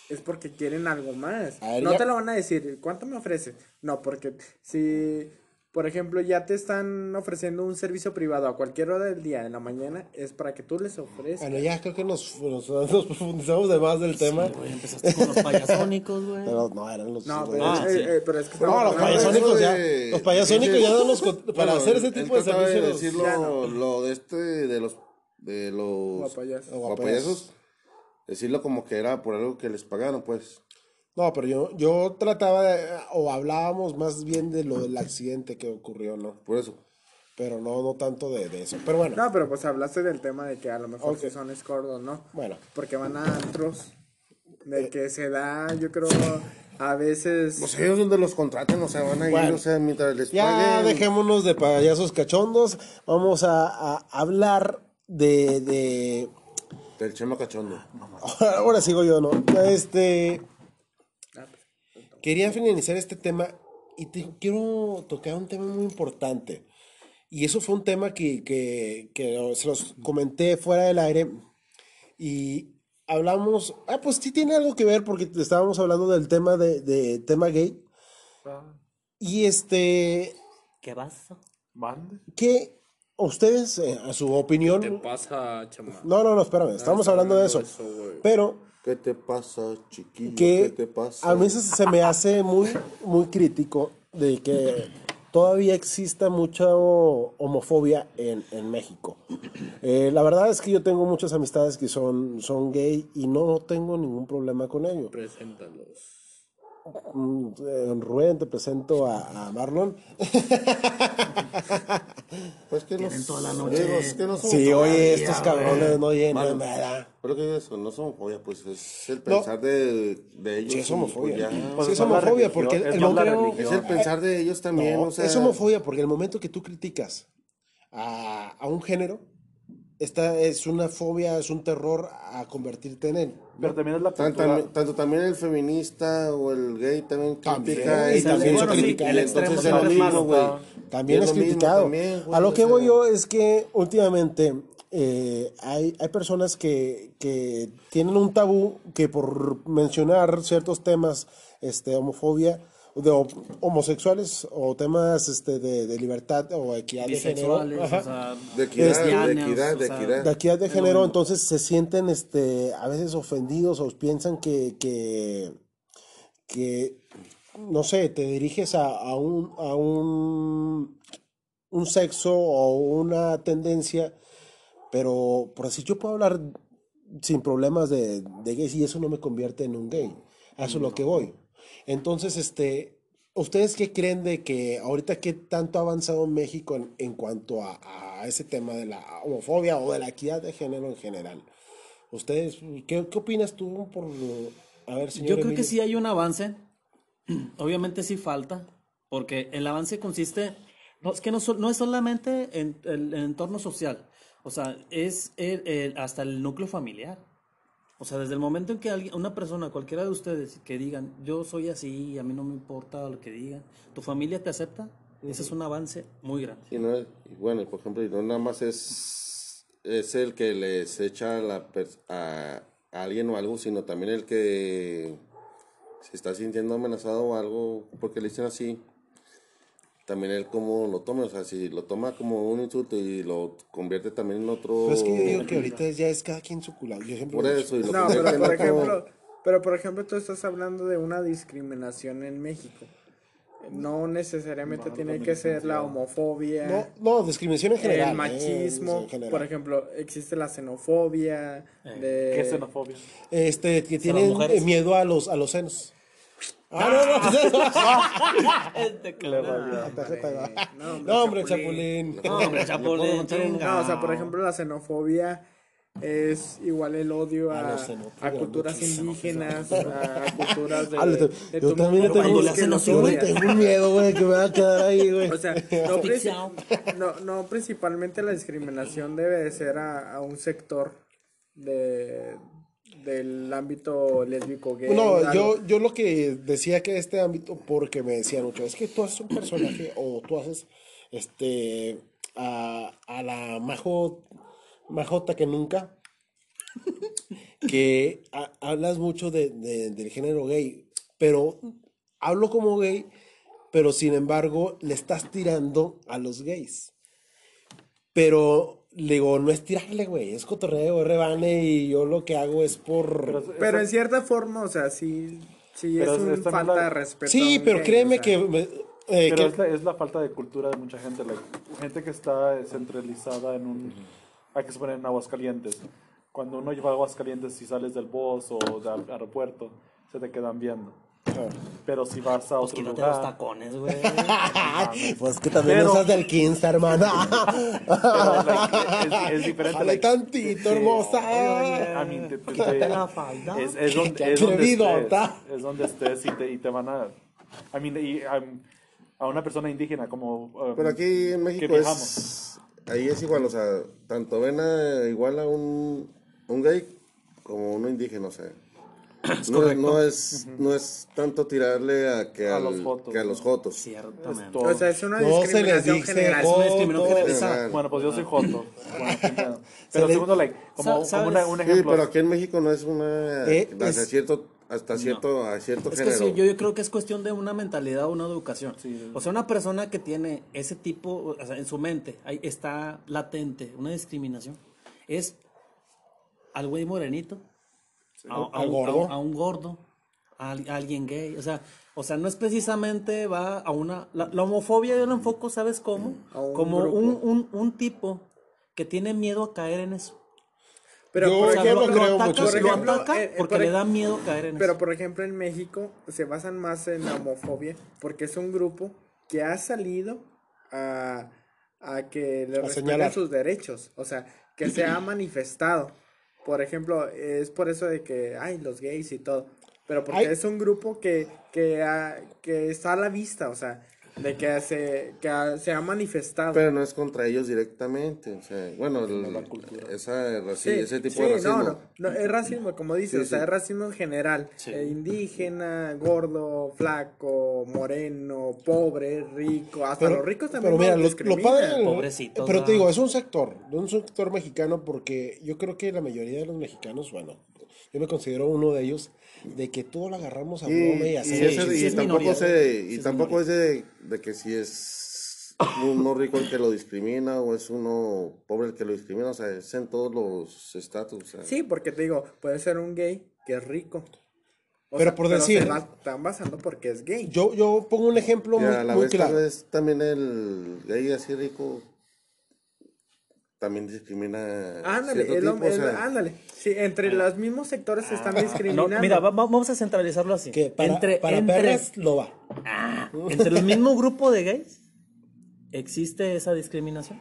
es porque quieren algo más. A ver, no ya- te lo van a decir, ¿cuánto me ofreces? No, porque si, por ejemplo, ya te están ofreciendo un servicio privado a cualquier hora del día, en la mañana, es para que tú les ofrezcas. Bueno, ya creo que nos, nos, nos profundizamos de más del tema. Güey, empezaste con los payasónicos, güey. Pero no, eran los. No, güey. pero, Ah, eh, sí. eh, pero es que No, estamos los hablando de- payasónicos ya. de- Los payasónicos ya no los. con- Para Bueno, hacer ese él tipo de trataba servicios. decirlo, Ya no. lo de este, de los, de los Guapayas. guapayasos, decirlo como que era por algo que les pagaron, pues. No, pero yo, yo trataba de- o hablábamos más bien de lo del accidente que ocurrió, ¿no? Por eso. Pero no, no tanto de, de eso. Pero bueno, No, pero pues hablaste del tema de que a lo mejor Ok. si son escorts o no. bueno. Eh. Porque van a antros. De que se da, yo creo, a veces. Pues ellos donde los contraten, o sea, van a ir, Bueno. o sea, mientras pues, les Ya paguen. dejémonos de payasos cachondos. Vamos a, a hablar de, de. Del Chema Cachondo. [laughs] Ahora sigo yo, ¿no? Este. Quería finalizar este tema y te quiero tocar un tema muy importante. Y eso fue un tema que, que, que se los comenté fuera del aire. Y hablamos. Ah, pues sí tiene algo que ver porque estábamos hablando del tema de, de tema gay. Y este. ¿Qué pasa? ¿Mande? ¿Qué ustedes, eh, a su opinión? ¿Qué te pasa, chama? No, no, no, espérame. Estamos Ah, hablando de eso. hablando de eso, güey. Pero ¿Qué te pasa, chiquillo? ¿Qué que te pasa? a veces se me hace muy, muy crítico de que todavía exista mucha o- homofobia en, en México. Eh, la verdad es que yo tengo muchas amistades que son, son gay y no tengo ningún problema con ello. Preséntanos. Mm, eh, Rubén, te presento a, a Marlon. Pues que no Tienen toda la noche. Digo, es que no son Sí, oye, todavía, estos cabrones no llenan Marlon. nada. Pero que eso, no son homofobia, pues es el pensar de, de ellos. Sí, es y, pues, homofobia. ya. Sí, es es más la homofobia religión, porque el es más la hombre- Es religión. el pensar de ellos también, No, o sea. es homofobia porque el momento que tú criticas a, a un género, esta es una fobia, es un terror a convertirte en él. Pero también es la Tan- cultura. tam- tanto también el feminista o el gay también También, critica y también también se critica. El entonces extremo es siempre lo es mismo, malo, güey. cabrón. También es, lo mismo Ah, criticado. también, güey, a lo o que sea, voy yo es que últimamente eh, hay, hay personas que, que tienen un tabú que por mencionar ciertos temas, este, homofobia, de hom- homosexuales o temas este, de, de libertad o equidad de género. Bisexuales, ajá, o sea, De equidad, de lesbianas, equidad, de o sea, equidad. de equidad de Es lo género, mismo. entonces se sienten este, a veces ofendidos o piensan que, que, que, no sé, te diriges a, a un, a un, un sexo o una tendencia, pero por así yo puedo hablar sin problemas de, de gays y eso no me convierte en un gay. A eso es lo que voy. Entonces, este, ¿ustedes qué creen de que ahorita qué tanto ha avanzado México en, en cuanto a, a ese tema de la homofobia o de la equidad de género en general? ¿Ustedes qué, qué opinas tú por lo- a ver, señor Yo creo que Emilio? sí hay un avance. [clears throat] Obviamente sí falta, porque el avance consiste, no, es que no, sol- no es solamente en el, el entorno social, o sea, es el- el- hasta el núcleo familiar. O sea, desde el momento en que alguien, una persona, cualquiera de ustedes, que digan, yo soy así, a mí no me importa lo que digan, tu familia te acepta, ese es un avance muy grande. Y no es- y bueno, y por ejemplo, y no nada más es, es el que les echa la pers- a, a alguien o algo, sino también el que se está sintiendo amenazado o algo porque le dicen así. También él cómo lo toma, o sea, si lo toma como un insulto y lo convierte también en otro... Pero Pues es que yo digo que ahorita ya es cada quien su culo. Yo siempre Por lo he dicho. eso, y lo No, convierte pero en por otro- ejemplo, pero por ejemplo tú estás hablando de una discriminación en México. No necesariamente tiene que ser la homofobia. No, no, discriminación en general. eh, el machismo, en general. por ejemplo, existe la xenofobia, Eh, de- ¿Qué es xenofobia? Este, que sea, las tienen mujeres. eh, miedo a los, a los senos. Ah, no, [laughs] no, Ah, no, no, hombre, no, hombre, Chapulín. chapulín. No, hombre, [laughs] Chapulín, No, o sea, por chinga. ejemplo, la xenofobia es igual el odio Ah, a, los xenófobos, a culturas muchos indígenas, a culturas [laughs] de, Ah, le- de yo tu también le mismo tengo, cuando le país que hacen los así, güey, yo le odia. [laughs] tengo un miedo, güey, que me va a quedar ahí, güey. O sea, no, Asfixiado. princi- no, no, principalmente la discriminación debe de ser a, a un sector de, del ámbito lésbico gay. No, algo. yo, yo lo que decía que este ámbito, porque me decían mucho, es que tú haces un personaje o tú haces este a, a la majo, majota que nunca, que ha- hablas mucho de, de- del género gay, pero hablo como gay, pero sin embargo le estás tirando a los gays. Pero le digo, no es tirarle, güey, es cotorreo, es rebane y yo lo que hago es por... Pero, es- Pero en cierta forma, o sea, sí, sí es Pero es- una es también falta la- de respeto. a Sí, un pero gay, créeme o sea. que, me- eh, pero que- es, la, es la falta de cultura de mucha gente. like, gente que está centralizada en un. Hay que suponer en Aguascalientes. Cuando uno lleva a Aguascalientes, si sales del bus o del aeropuerto, se te quedan viendo. Pero si vas a Pues otro quítate los lugar. tacones, güey. [laughs] [laughs] pues que también Pero- usas del 15, hermana. [laughs] pero, like, es, es diferente. Dale like, tantito, sí. hermosa. I mean, te- te- Quítate la falda. Es, es donde, Qué es donde atrevido, estés. ta. Es donde estés y te, y te van a. I mean, y, um, a una persona indígena como. um, Pero aquí en México que es. Ahí es igual, o sea, tanto ven a, igual a un, un gay como uno indígena, o sea. no, no es, no es tanto tirarle a, que A al- los jotos, que a los ¿no? jotos. Ciertamente. Todo. O sea, es una No se les discriminación dice general. joto. discriminación generalizada. Ajá. Bueno, pues yo soy joto. [laughs] Bueno, primero. Se Pero le- segundo, like, como, Sa- como una- sabes- un Sí, ejemplo. pero aquí en México no es una... Eh, hasta es- cierto, hasta cierto, a cierto Es que género. sí, yo, yo creo que es cuestión de una mentalidad, una educación. O sea, una persona que tiene ese tipo, o sea, en su mente, ahí está latente una discriminación. Es al güey morenito, a, a Al un, gordo. a un- a un gordo, a, al- a alguien gay. O sea, o sea, no es precisamente va a una... La, la homofobia yo la enfoco, ¿sabes cómo? Mm. A un Como grupo. un, un- un tipo que tiene miedo a caer en eso. Pero, Yo por O sea, lo, no ejemplo, lo creo ataca- mucho, lo por ejemplo, ataca eh, eh, porque por le ej- da miedo caer en Pero eso. por ejemplo en México se basan más en la homofobia porque es un grupo que ha salido a, a que le A respeten señalar. sus derechos, o sea, que se ha manifestado. Por ejemplo, es por eso de que, ay, los gays y todo, pero porque Ay. es un grupo que, que, ha- que está a la vista, o sea, de que se, que ha- se ha manifestado. Pero no es contra ellos directamente. O sea, bueno, el- esa, raci- ese tipo de sí, racismo. No, no, no, es racismo, como dice, Sí, o sea, sí. es racismo en general. Eh, indígena, gordo, flaco, moreno, pobre, rico, hasta los ricos también pero mira, los lo- lo, discriminan. padre, Pobrecitos, pero te ¿no? digo, es un sector, de un sector mexicano porque yo creo que la mayoría de los mexicanos, bueno, yo me considero uno de ellos, de que todo lo agarramos a Y, broma y y hacemos ese- chistes. y sí es tampoco, minoría, se, sí y es tampoco es de, de que si es uno rico el que lo discrimina o es uno pobre el que lo discrimina. O sea, es en todos los estatus. o sea. Sí, porque te digo, puede ser un gay que es rico. O Pero por decir- se va- están basando porque es gay. Yo, yo pongo un ejemplo Y muy, a la muy vez, claro. tal vez también el gay así rico también discrimina. a ándale, cierto es lo- tipo, o es- sea, ándale. Sí, entre los mismos sectores se están No, discriminando. mira, [laughs] va- va- vamos a centralizarlo así. Que para, entre, para entre- perras lo va. entre [laughs] el mismo grupo de gays existe esa discriminación.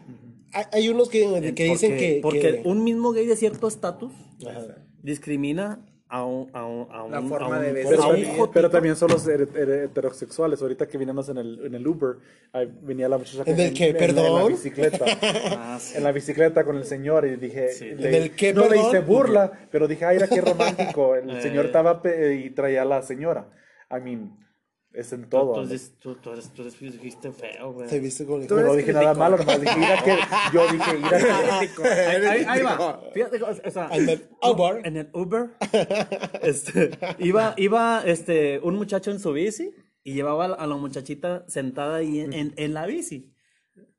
Hay, hay unos que, Eh, que dicen porque, que... porque que- un mismo gay de cierto estatus Ajá. discrimina a un, a un, a un, La a forma un- de a vestir. Pero, un también- jotito. pero también son los her- her- heterosexuales. Ahorita que vinimos en el, en el Uber, ahí venía la muchacha ¿En el qué? la- en la ¿Perdón? [laughs] bicicleta. Ah, sí. En la bicicleta con el señor y dije... le- ¿En el qué, no le perdón? Eh. hice burla, pero dije, ay, era [laughs] qué romántico. El señor estaba pe- eh, y traía a la señora. I mean, es en todo. ¿no? Entonces, tú, tú eres, tú eres dijiste feo, güey. Se viste con el... Tú Yo no eres dije nada malo, nomás dije, [laughs] mira que... Yo dije, mira que... Ahí, [laughs] ahí- ahí va. Fíjate, o sea, En el Uber. en el Uber, este, iba, iba este, un muchacho en su bici y llevaba a la- a la muchachita sentada ahí en, en- en la bici.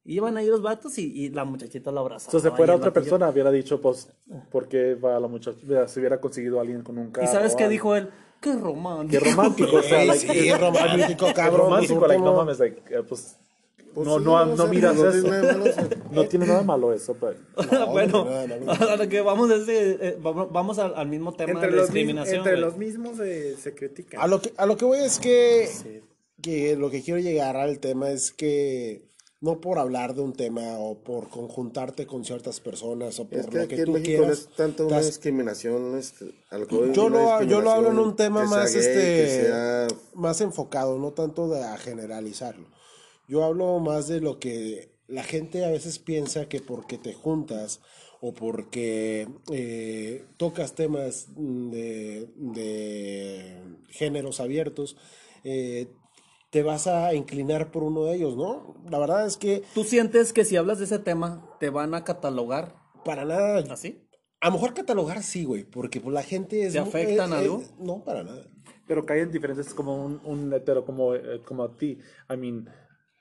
Iban ahí los vatos y, y la muchachita la abrazaba. Si se y fuera el otra vato- persona, hubiera dicho, pues, ¿por qué va la muchacha? Mira, Si hubiera conseguido a alguien con un carro. ¿Y sabes o qué algo. dijo él? Qué romántico. Qué romántico, o sea, Ey, like, sí, es- romántico, es cabrón. romántico, like, discúlpame. no mames, like, eh, pues, pues no, sí, no, o no sea, miras no eso. tiene nada de malo, o sea. [laughs] No tiene nada malo eso, [laughs] pero... bueno, no, no, no. [laughs] a lo que vamos, es, eh, eh, vamos, vamos al, al mismo tema entre de la los, mis- discriminación. entre güey. los mismos eh, se critican. A lo que, a lo que voy es que, que lo que quiero llegar al tema es que no por hablar de un tema o por conjuntarte con ciertas personas o por Es que lo aquí que en tú México no quieras. es tanto una estás- discriminación. es- a lo que voy, yo, una lo, yo lo hablo en discriminación un tema que sea más, gay, que este, sea- más enfocado, no tanto de a generalizarlo. Yo hablo más de lo que la gente a veces piensa que porque te juntas o porque eh, tocas temas mm, de, de géneros abiertos, eh, te vas a inclinar por uno de ellos, ¿no? La verdad es que ¿Tú sientes que si hablas de ese tema te van a catalogar para nada, así? a lo mejor catalogar sí, güey, porque pues, la gente es... ¿Te mu- afectan eh, eh, algo? no, para nada. Pero caen diferencias como un, un hetero, como, eh, como a ti. I mean,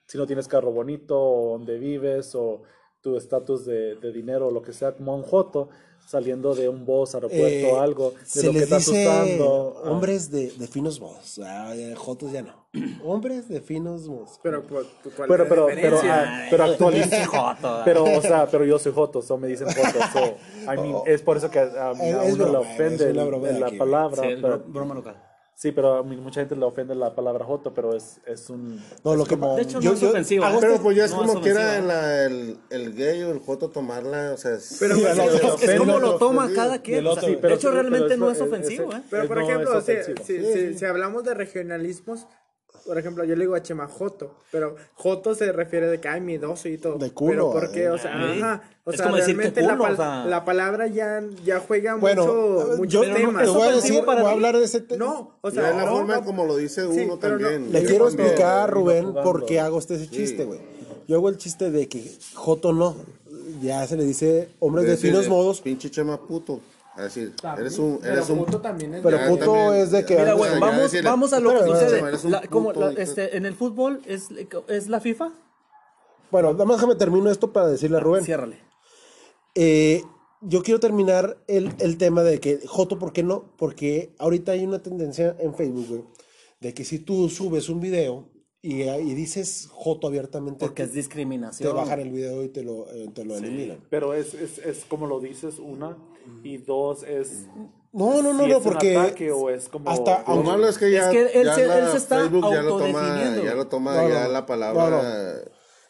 si no tienes carro bonito, o donde vives, o tu estatus de, de dinero, o lo que sea, como un joto, saliendo de un bus, aeropuerto, Eh, o algo, de se lo que les estás dice usando. ah. hombres de, de finos voz, ah, eh, jotos ya no. [clears throat] hombres de finos voz. Pero, ¿cuál- cuál es Pero, la pero, pero, diferencia? ah, pero actualiza. Joto, ah. Pero, o sea, pero yo soy Joto, so me dicen Joto. So, I mean, es por eso que a, a mí Oh. Es- a es uno le broma, ofende es una broma el- de la aquí, güey. palabra. Sí, pero- el Sí, bro- pero, broma local. a mí mucha gente le ofende la palabra Joto, pero es, es un. No, es lo que como pa- De un- hecho, Yo- no es yo- ofensivo. hago- este- Pero pues ya es No, como es quiera ofensiva. la- el, el gay o el joto tomarla, o sea... es- Pero, Sí, pues, a es- los- Es, es como ofende, lo los toma ofendidos. cada quien. Del o sea, otro, Sí, pero- de hecho, pero realmente eso- no es es- ofensivo, ese- ¿eh? Pero, por no, es ejemplo, si, ofensivo. si- si- si hablamos de regionalismos, por ejemplo, yo le digo a Chema Joto, pero Joto se refiere de que ay miedoso y todo. De culo, Pero porque, o eh. sea, ajá, o Es sea, como decirte realmente la, culo, pal- o sea. la palabra ya, ya juega Bueno, mucho, eh, muchos yo temas. les voy a ofensivo decir, para voy a mí. hablar de ese tema. No, o sea, No, la no, forma no, como lo dice sí, uno pero no, también. Le Yo quiero también. explicar a Rubén jugando. por qué hago este ese chiste, güey. Yo hago el chiste de que Joto no. Ya se le dice hombres de Decir, finos eh, modos. Pinche chema puto. A decir, También, eres un. pero Eres un puto también es- Pero Ya, puto también, es de que. ya, Mira, andas güey, ya, allá. vamos, decirle, vamos a lo que espérame, chema, sucede. eres un La- como puto, la- este, en el fútbol es, es la FIFA. Bueno, nada más déjame termino esto para decirle a Rubén. Ciérrale. Eh, yo quiero terminar el, el tema de que, Joto, ¿por qué no? Porque ahorita hay una tendencia en Facebook, güey, de que si tú subes un video y, eh, y dices Joto abiertamente, Porque te, es discriminación. te bajan el video y te lo, eh, te lo eliminan. Pero es, es, es como lo dices, una. Y dos, es. No, no, no, no, si es un porque ataque o es como. hasta- Lo malo es que ya. Es que él ya se- la él se está Facebook ya lo toma, autodefiniendo. ya lo toma No, no, ya la palabra.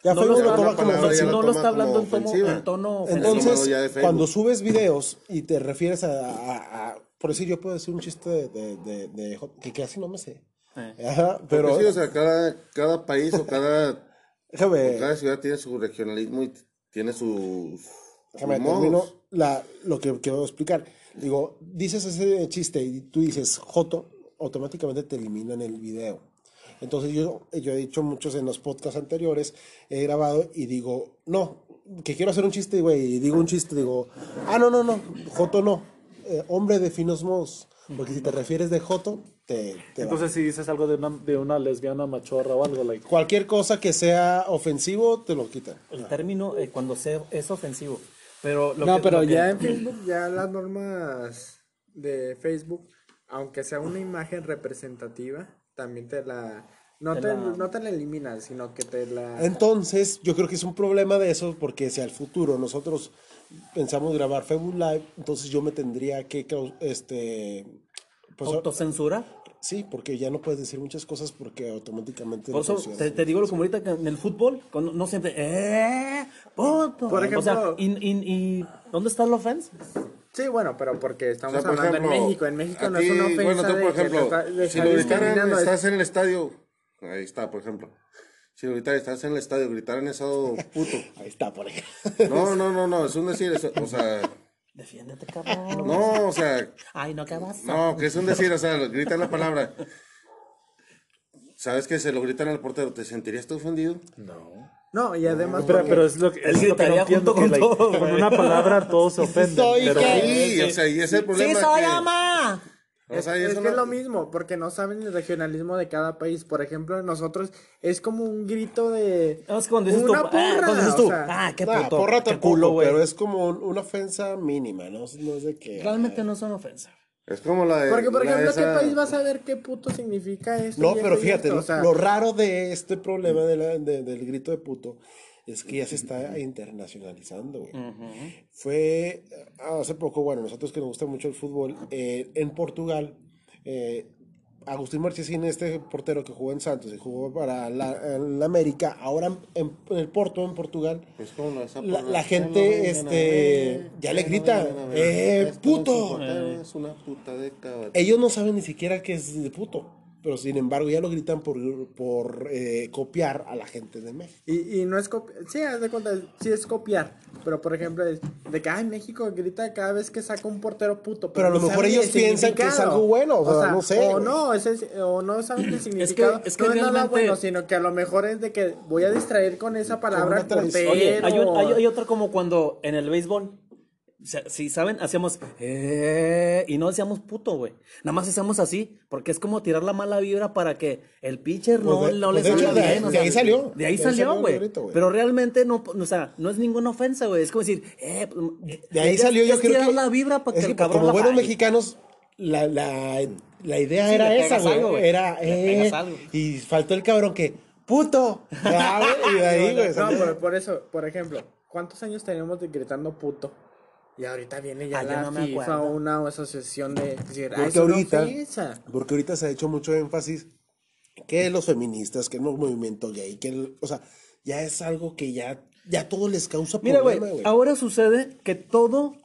ya No Facebook lo lo toma la como palabra, no, ya ofensiva. lo lo está toma hablando como en tono, ofensiva. en tono ofensivo. Entonces, Tómalo ya de Facebook. cuando subes videos y te refieres a, a- a- por decir, yo puedo decir un chiste de, de, de- de Joto, que casi no me sé. Eh. Ajá, Pero. pero sí, o sea, cada, cada país o cada, déjame, o cada ciudad tiene su regionalismo y t- tiene sus. Déjame sus termino modos. la, lo que quiero explicar. Digo, dices ese chiste y tú dices Joto, automáticamente te eliminan el video. Entonces yo, yo he dicho muchos en los podcasts anteriores, he grabado y digo, no, que quiero hacer un chiste, güey, y digo un chiste, digo, ah, no, no, no, Joto no, eh, hombre de finos modos, porque si te refieres de Joto, te... te va. Entonces, si dices algo de una, de una lesbiana machorra o algo, like. cualquier cosa que sea ofensivo, te lo quitan. El término eh, cuando se, es ofensivo. Pero lo No, que- pero lo que- ya en Facebook, ya las normas de Facebook, aunque sea una imagen representativa, también te la... No Te te, la- no te la eliminan, sino que te la... Entonces, yo creo que es un problema de eso, porque si al futuro nosotros pensamos grabar Facebook Live, entonces yo me tendría que, cau- este, pues, autocensura. sí, porque ya no puedes decir muchas cosas porque automáticamente Por lo eso censuran. te, te digo lo como ahorita que en el fútbol, cuando no siempre, ¡eh! puto". Por ejemplo- o sea, ¿y, y, y dónde está la ofensa? Sí, bueno, pero porque O estamos sea, por hablando en ejemplo, México. En México a no es ti, una ofensa Bueno, tú, de por que te está- ejemplo, de si estar lo gritaran, discriminando, es- estás en el estadio. Ahí está, por ejemplo. Si lo gritaran, estás en el estadio, gritaran eso, puto. Ahí está, por ejemplo. No, no, no, no, es un decir, es- o sea, Defiéndete, cabrón. no, o sea, Ay, no, ¿qué vas? no, que es un decir, o sea, gritan la palabra. ¿Sabes que se lo gritan al portero? ¿Te sentirías tú ofendido? No, y además... Pero, porque- pero es lo que. Él es lo que gritaría junto entiendo, con todo, Con güey. una palabra todos se ofenden. Soy pero- gay. Sí, o sea, y ese es el problema. ¡Sí, soy que- ama! o sea, y es eso que es no- lo mismo, porque no saben el regionalismo de cada país. Por ejemplo, nosotros es como un grito de... No, Es que cuando dices tú, Una ah, porra, cuando dices o tú, sea, ah, qué Nah, puto, porra qué tampoco, culo, güey. pero es como un- una ofensa mínima, ¿no? No es de que... Realmente no son ofensas. Es como la de. Porque, por la ejemplo, ¿qué esa- país va a saber qué puto significa esto? No, y pero esto y fíjate, esto? lo, O sea, lo raro de este problema de la- de- del grito de puto es que ya se está internacionalizando, güey. Fue eh, hace poco, bueno, nosotros que nos gusta mucho el fútbol, eh, en Portugal, eh, Agustín Marchesín, este portero que jugó en Santos y jugó para la, en la América, ahora en, en el Porto, en Portugal, Es como esa la, palabra, la ya gente, no vengan a este, ver, ya le no grita, vengan a ver. ¡eh, Este es un puto! portero, Es una puta de cabrón. Ellos no saben ni siquiera que es de puto. Pero sin embargo, ya lo gritan por, por eh, copiar a la gente de México. Y, y no es copiar. Sí, haz de cuenta, sí es copiar. Pero, por ejemplo, es de que, ay, México grita cada vez que saca un portero puto. Pero a lo no mejor saben ellos el piensan que es significado. algo bueno, o sea, no sé, O güey. no, ese es- o [clears throat] no saben el significado. es que no es nada realmente- bueno, sino que a lo mejor es de que voy a distraer con esa palabra una tradición. portero. Oye, hay, un- hay- hay otra como cuando en el béisbol, o sea, si saben, hacíamos "Eh", y no decíamos puto, güey. Nada más hacíamos así, porque es como tirar la mala vibra para que el pitcher no, Pues de- no pues de le salga hecho, de ahí- bien. o de sea, ahí salió. De ahí salió, güey. el grito, güey. Pero realmente no, o sea, no es ninguna ofensa, güey. Es como decir, eh, De ahí salió, yo creo tirar que. la vibra para es que el que pues, cabrón Como la buenos falle. mexicanos, la, la, la idea Sí, era le esa, pegas algo, güey. güey. Era, Le pegas eh, algo. y faltó el cabrón que, puto. Ah, güey, y de ahí, güey. No, salió. por, por eso, por ejemplo, ¿cuántos años tenemos de gritando puto? Y ahorita viene ya Ah, yo la no me FIFA, acuerdo. una asociación de decir, ah, Porque eso no ahorita- ofensa. Porque ahorita se ha hecho mucho énfasis que los feministas, que no el movimiento gay, que, el- o sea, ya es algo que ya, ya todo les causa Mira, problema, güey, güey. ahora sucede que todo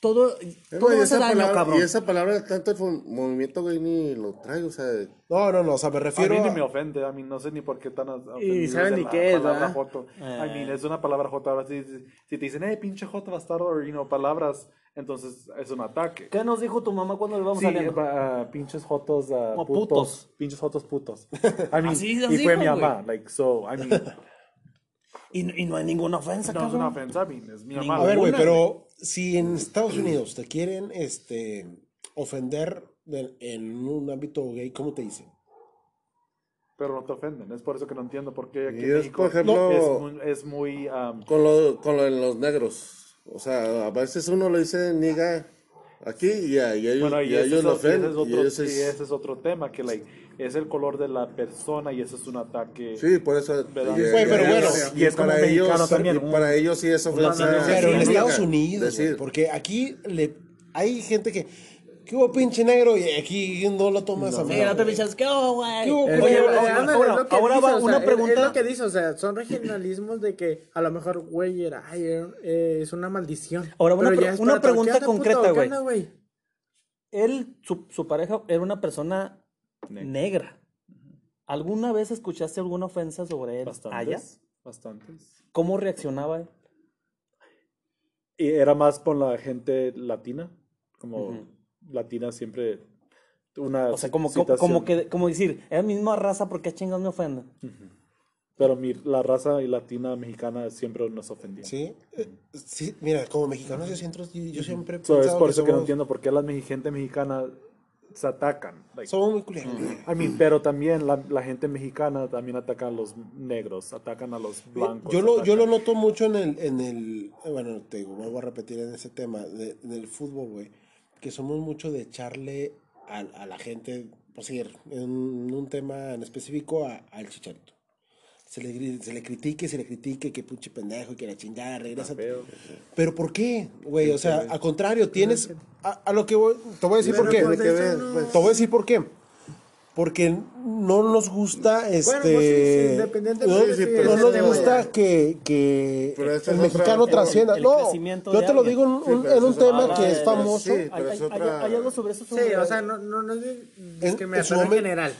todo, todo Y hace esa daño, palabra- cabrón. Y esa palabra, tanto el fo- movimiento gay ni lo trae, o sea, No, no, no, o sea, me A refiero. mí ni a- me ofende, a mí no sé ni por qué tan as- Y ofendidos saben de ni la qué es, palabra ¿verdad? joto. I mean, es una palabra joto. Ahora, si, si te dicen, eh, pinche joto bastardo, o you know, palabras, entonces es un ataque. ¿Qué nos dijo tu mamá cuando le vamos Sí, saliendo? ah, pinches jotos ah, O putos, putos. Pinches jotos putos. I mean, Así nos y fue dijo, mi güey. mamá. Like, so, I mean, Y, y no hay ninguna ofensa, [laughs] no es cabrón. una ofensa, I mean, es mi mamá. A ver, güey, Una, pero si en Estados Unidos te quieren este, ofender de- en un ámbito gay, ¿cómo te dicen? Pero no te ofenden. Es por eso que no entiendo por qué aquí Y en es, México por ejemplo- es muy, es muy, um, con lo, con lo de los negros. O sea, a veces uno lo dice niga aquí y a, y a ellos, Bueno, y, y a ese, ellos es lo otro, y ese ofenden. es y otro, eso es- y ese es otro tema, que like, es el color de la persona y eso es un ataque. Sí, por eso. ¿Verdad? y- Güey, pero y- bueno, y y es como para mexicano ellos, también, y un- para ellos sí es ofensa. Pero en Sí, Estados niga, Unidos, güey, decir, porque aquí le, hay gente que. ¿Qué hubo, pinche negro? Y aquí no lo tomas a Sí, mano, no te güey. pichas, ¿qué hubo, güey? ¿Qué hubo, Eh, Oye, eh, pero- eh, ahora- ándale, ahora- es lo que ahora dice, va o sea, una es- pregunta. Es, lo que dice, o sea, son regionalismos de que a lo mejor, güey, era, ay, era- eh, es una maldición. Ahora, una Pero pre- ya es una para todo, pregunta ¿qué onda, puto? concreta, ¿Qué güey. onda, Él, su, su pareja era una persona negra. ¿Alguna vez escuchaste alguna ofensa sobre él allá? Bastantes. Bastantes. ¿Cómo reaccionaba él? Y era más con la gente latina, como latina siempre una O sea, como, como, citación. como que, como decir, es la misma raza, porque qué chingados me ofenden? Pero mi- la raza y latina mexicana siempre nos ofendía. Sí, eh, sí, mira, como mexicanos yo siento, yo, yo siempre he So, es pensado por eso que no somos- entiendo por qué la mi- gente mexicana se atacan. Like, Somos muy culeros. güey. I mean, pero también la, la gente mexicana también ataca a los negros, atacan a los blancos. Yo lo, yo lo atacan- noto mucho en el, en el, eh, bueno, te digo, vuelvo a repetir en ese tema, de- en el fútbol, güey, que somos mucho de echarle a, a la gente, por decir, en un tema en específico a- al chicharito. Se le, gri- se le critique, se le critique, que puche pendejo, que la chingada, regresa. feo. Pero ¿por qué, güey? O sea, al contrario, tienes, a, a lo que voy, te voy a decir por qué. tiene que ver, pues. Te voy a decir por qué. Porque no nos gusta este. pues, sí, sí, independientemente, no, sí, no sí, nos sí, gusta sí. que, que Pero esa el es otra- mexicano el- trascienda. el no, crecimiento yo de te lo alguien. digo en Sí, un, pero en un eso es tema otra- que es sí, famoso. sí, pero ¿Hay, es hay- otra- hay algo sobre eso? Sí, sobre- o sea, no, no, no es de- discriminación en su en momen- general.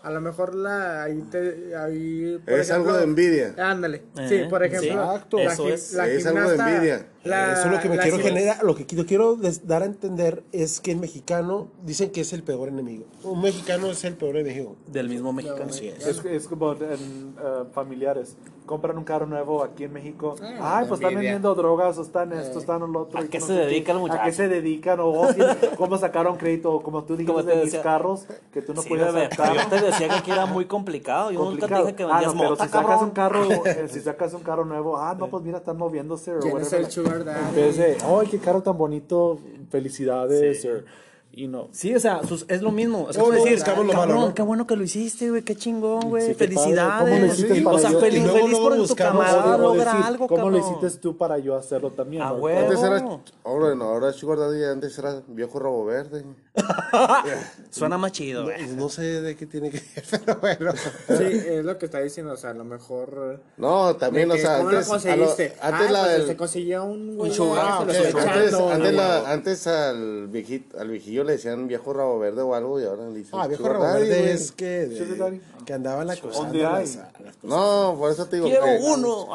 A lo mejor la ahí te ahí por Es algo de envidia. Ándale. Eh, sí, por ejemplo, exacto. la, Eso gi- es. la Es algo de gimnasta- envidia. la- Eh, Eso es lo que me la quiero gim- generar, lo que qui- yo quiero des- dar a entender es que el mexicano dicen que es el peor enemigo. Un mexicano es el peor enemigo. Del mismo mexicano. Así es. Es, es como en eh, familiares. Compran un carro nuevo aquí en México. Mm, Ay, pues están vendiendo drogas, o están Eh, esto, están lo otro. ¿A y qué no se sé dedica el muchacho? ¿A qué se dedican? O oh, sí, cómo sacaron crédito, o como tú Como dijiste te de mis decía. carros, que tú no Sí, puedes bebé, sacar. pero yo te decía que aquí era muy complicado. Yo nunca te complicado. dije que ah, vendías no, pero mota, si sacas un cabrón. carro, eh, si sacas un carro nuevo, ah, no, pues mira, están moviéndose. o ¿Quién es whatever. el sugar daddy? En vez de, ay, qué carro tan bonito, felicidades, or, you know. Sí, o sea, sus- es lo mismo. O sea, No, es no, decir, buscamos lo malo, cabrón, ¿no? qué bueno que lo hiciste, güey, qué chingón, güey. Sí, qué padre, ¿cómo lo Felicidades. hiciste para o sea, yo? Y feliz, luego, feliz luego por tu buscamos camarada, algo, logra decir, algo, ¿Cómo lo cabrón. hiciste tú para yo hacerlo también? Ah, no? güey. Antes era, No. ahora no, ahora es Sugar Daddy, antes era viejo robo verde. [laughs] Suena más chido, güey. No sé de qué tiene que ver, [laughs] pero [laughs] bueno. Sí, es lo que está diciendo, o sea, a lo mejor No, también, de o que, sea, ¿cómo antes, lo a lo- conseguiste? antes Ah, la pues, del- se consiguió un güey, sugar, ah, se lo Sí, estoy antes, echando, antes güey. la- antes al, viejito, al viejillo le decían viejo rabo verde o algo y ahora le dicen Ah, viejo sugar Rabo daddy, Verde güey. es que, de- Sugar daddy. que andaba la cosa. ¿Dónde hay? No, por eso te digo Quiero que, uno.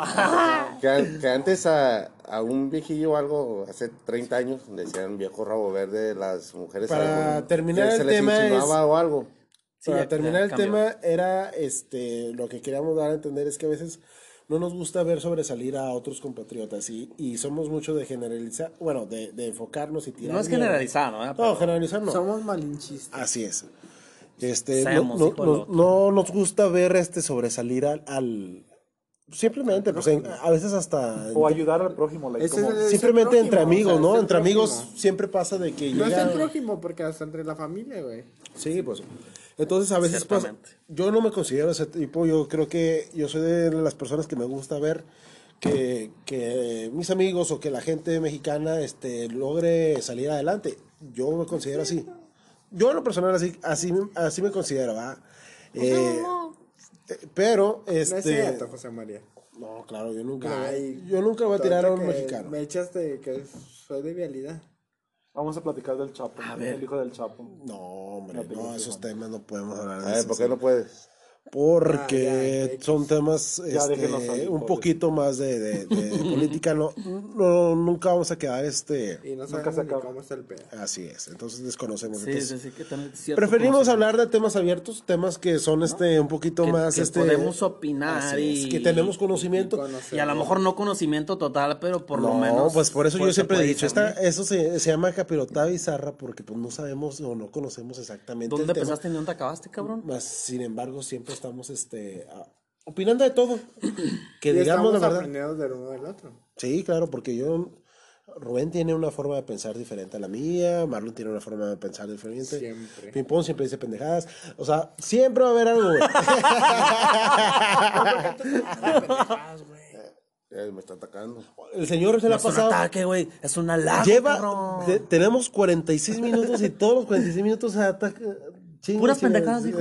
que an- que antes a, a un viejillo o algo, hace 30 años, le decían viejo rabo verde las mujeres. Para algo, terminar que el se les tema es- insinuaba o algo. Sí, Para ya- terminar ya el cambió. tema, era este lo que queríamos dar a entender es que a veces no nos gusta ver sobresalir a otros compatriotas y, y somos mucho de generalizar, bueno, de, de enfocarnos y tirar. [laughs] No es mierda. generalizar, ¿no? No, generalizar no. Somos malinchistas. Así es. Este, Seamos, no, no- hijo del no- otro. no nos gusta ver este sobresalir al, al- simplemente, pues en- a veces hasta O ayudar al próximo, like, Ese es como- el- simplemente prójimo, entre o sea, amigos, es ¿no? el Entre amigos prójimo. siempre pasa de que No es llega- el prójimo, porque hasta entre la familia, güey. Sí, pues. Entonces a veces pasa- Ciertamente. yo no me considero ese tipo, yo creo que yo soy de las personas que me gusta ver que, que mis amigos o que la gente mexicana este, logre salir adelante. Yo me considero así. Yo en lo personal así, así, así me considero, ¿va? Eh, eh, pero, No es este... cierto, José María. No, claro, yo nunca, Ay, yo nunca voy a tirar a un Ahorita que mexicano. Me echaste que soy de vialidad. Vamos a platicar del Chapo, ver. el hijo del Chapo. No, hombre, La película, no, esos Juan. temas no podemos hablar A de ver, eso. ¿por qué no puedes? Porque Ah, ya, son temas este, déjenlos salir, un pobres. poquito más de, de- de política. No, no, nunca vamos a quedar este. Y no Nunca se sabemos ni acaba. cómo está el pedo. Así es, entonces desconocemos. Sí, entonces, sí, sí, que tan- cierto preferimos como- hablar de temas abiertos, temas que son este un poquito Que- más que este podemos opinar así es, y- que tenemos conocimiento. Y a lo mejor no conocimiento total, pero por lo No, menos. pues por eso yo se siempre he puede dicho, esta- discernir. eso se, se llama capirotada bizarra porque pues no sabemos o no conocemos exactamente el ¿Dónde tema. empezaste y dónde acabaste, cabrón? Mas, sin embargo, siempre estamos este, a- opinando de todo. Que Y digamos la estamos verdad. aprendiendo del uno del otro. Sí, claro, porque yo. Rubén tiene una forma de pensar diferente a la mía, Marlon tiene una forma de pensar diferente. Siempre. Pimpón siempre dice pendejadas. O sea, siempre va a haber algo, güey. [laughs] Eh, me está atacando. El señor se la ha Es un pasado. ataque, güey. Es una larga. Lleva. te- tenemos 46 minutos y todos los 46 minutos se ataca. chingue, Puras chingue. pendejadas, dijo.